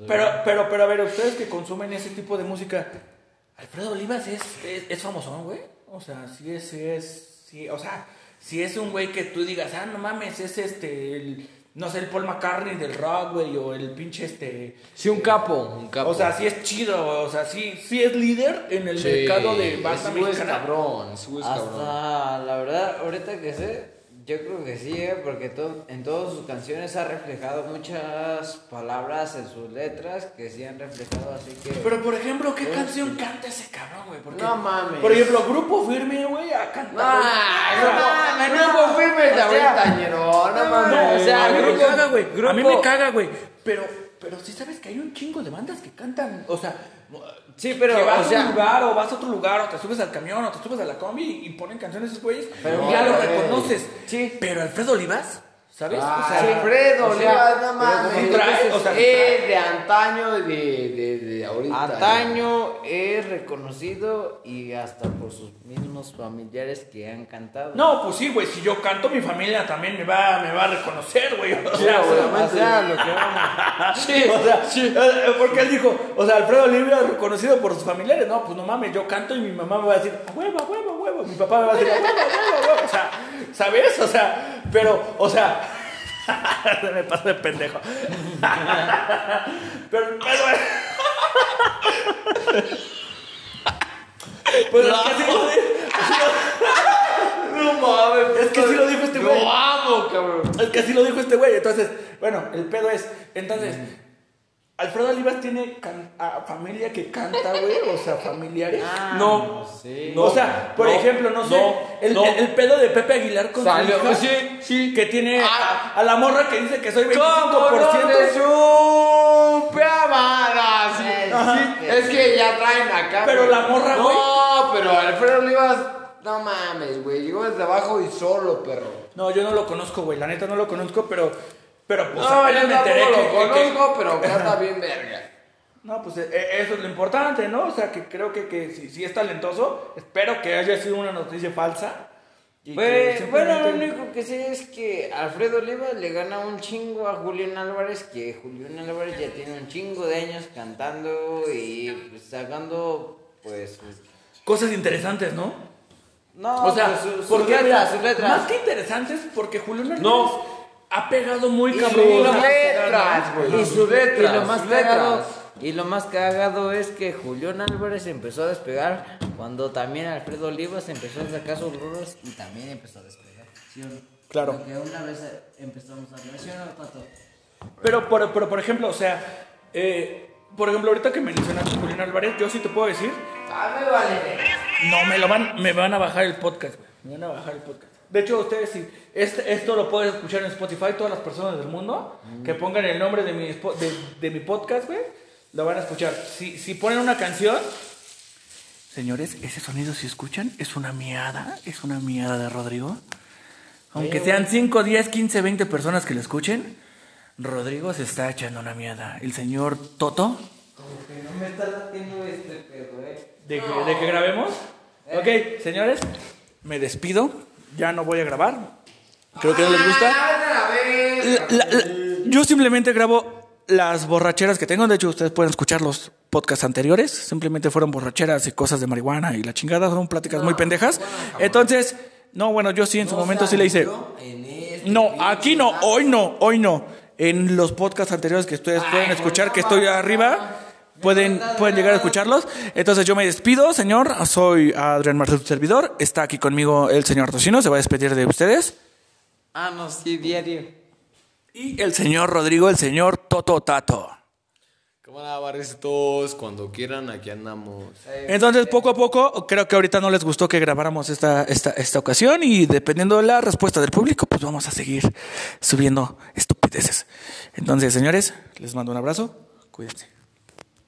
Pero, pero, pero, a ver, ustedes que consumen ese tipo de música, Alfredo Olivas es, es, es famosón, güey. O sea, sí es, sí es, sí, o sea, si es un güey que tú digas, ah, no mames, es este, el, no sé, el Paul McCartney del rock, güey, o el pinche este. Sí, un capo, un capo. O sea, sí es chido, güey, o sea, sí, sí es líder en el Sí, mercado de banda ese güey es mexicana. cabrón, ese güey es cabrón. Hasta la verdad, ahorita que sé, yo creo que sí, ¿eh? porque to- en todas sus canciones ha reflejado muchas palabras en sus letras que sí han reflejado, así que. Pero, por ejemplo, ¿qué canción canta ese cabrón, güey? Porque- No mames. Por ejemplo, Grupo Firme, güey, ha No, cantado. no, no, no, firmes de ahorita, ñero, no mames. o sea, a mí me Grupo- caga, güey. A mí me grupo- caga, güey. Pero, pero sí sabes que hay un chingo de bandas que cantan, o sea... Sí, pero, que vas o a sea- un lugar o vas a otro lugar o te subes al camión o te subes a la combi y ponen canciones esos güeyes Pero y ya no, lo güey. reconoces. Sí. Pero Alfredo Olivas, ¿sabes? Ah, o sea, Alfredo, o sea, Olivas, no como mames. trae, o sea, Eh, de antaño, de, de, de ahorita. Ataño es reconocido y hasta por sus mismos familiares que han cantado. No, pues sí, güey, si yo canto, mi familia también me va, me va a reconocer, güey. O O sea, sea, o sea, lo que vamos. O sea, eh, porque él dijo, o sea, Alfredo Olivas reconocido por sus familiares, no, pues no mames, yo canto y mi mamá me va a decir, "A huevo, a huevo, a huevo, mi papá me va a decir, "A huevo, a huevo, a huevo", o sea, ¿sabes? O sea, pero, o sea, se me pasa de pendejo. pero, pero, pues es que así lo dijo. No mames, es que así lo dijo este güey. amo, cabrón. Es que así lo dijo este güey. Entonces, bueno, el pedo es. Entonces, Alfredo Olivas tiene can- a- familia que canta, güey. O sea, familiares. No, sí. o sea, por no, ejemplo, no, sé. no, El, no. el pedo de Pepe Aguilar con su Salió, hija, sí, sí. Ah. Que tiene a, a la morra que dice que soy 25%. ¿Cómo no te supe, amada? Sí, sí, Es que ya traen acá. Pero güey. la morra, güey. No, pero Alfredo Olivas, no mames, güey. Llegó desde abajo y solo, perro. No, yo no lo conozco, güey. La neta no lo conozco, pero. Pero, pues, no, apenas yo me tampoco enteré lo que- que- que- conozco, pero pues, canta bien verga. No, pues e- e- eso es lo importante, ¿no? O sea, que creo que, que si, si es talentoso, espero que haya sido una noticia falsa Y Pues, que bueno, lo simplemente- único que sé es que Alfredo Oliva le gana un chingo a Julián Álvarez, que Julián Álvarez ya tiene un chingo de años cantando y pues, sacando, pues, sus- Cosas interesantes, ¿no? no, o sea, pues, su- sus porque letras, mira, sus letras. Más que interesantes, porque Julián Álvarez No. ha pegado muy Y cabrón. sus Ajá. letras, güey. y sus letras, Y lo más sus letras. cagado- Y lo más cagado es que Julián Álvarez empezó a despegar cuando también Alfredo Olivas empezó a sacar sus rulos y también empezó a despegar. ¿sí o no? Claro. Lo que una vez empezamos a hablar, ¿sí o no, Pato? Pero por, pero, por ejemplo, o sea, eh, por ejemplo, ahorita que mencionaste a Julián Álvarez, yo sí te puedo decir. No, me lo van, me van a bajar el podcast, güey. Me van a bajar el podcast. De hecho, ustedes sí, este- esto lo pueden escuchar en Spotify, todas las personas del mundo que pongan el nombre de mi, spo- de, de mi podcast, güey, lo van a escuchar. Si, si ponen una canción, señores, ese sonido, si escuchan, es una miada, es una miada de Rodrigo. Aunque sean 5, 10, 15, 20 personas que lo escuchen, Rodrigo se está echando una mierda. El señor Toto. No me está latiendo este pedo, eh. ¿De que, de que grabemos? Ok, señores, me despido. Ya no voy a grabar. Creo que no les gusta. Ah, La- la- la- yo simplemente grabo las borracheras que tengo. De hecho, ustedes pueden escuchar los podcasts anteriores. Simplemente fueron borracheras y cosas de marihuana y la chingada. Son pláticas Ah, muy pendejas. Entonces, no, bueno, yo sí en su momento sí le hice. En este No, pinche aquí no, vato. hoy no, hoy no. En los podcasts anteriores que ustedes pueden escuchar, que estoy arriba, pueden, pueden llegar a escucharlos. Entonces yo me despido, señor. Soy Adrián Martín, su servidor. Está aquí conmigo el señor Tocino, se va a despedir de ustedes. Ah, no, sí, diario. Y el señor Rodrigo, el señor Toto Tato. ¿Cómo la barritos? Cuando quieran, aquí andamos. Entonces, poco a poco, creo que ahorita no les gustó que grabáramos esta, esta, esta ocasión y dependiendo de la respuesta del público, pues vamos a seguir subiendo estupideces. Entonces, señores, les mando un abrazo. Cuídense.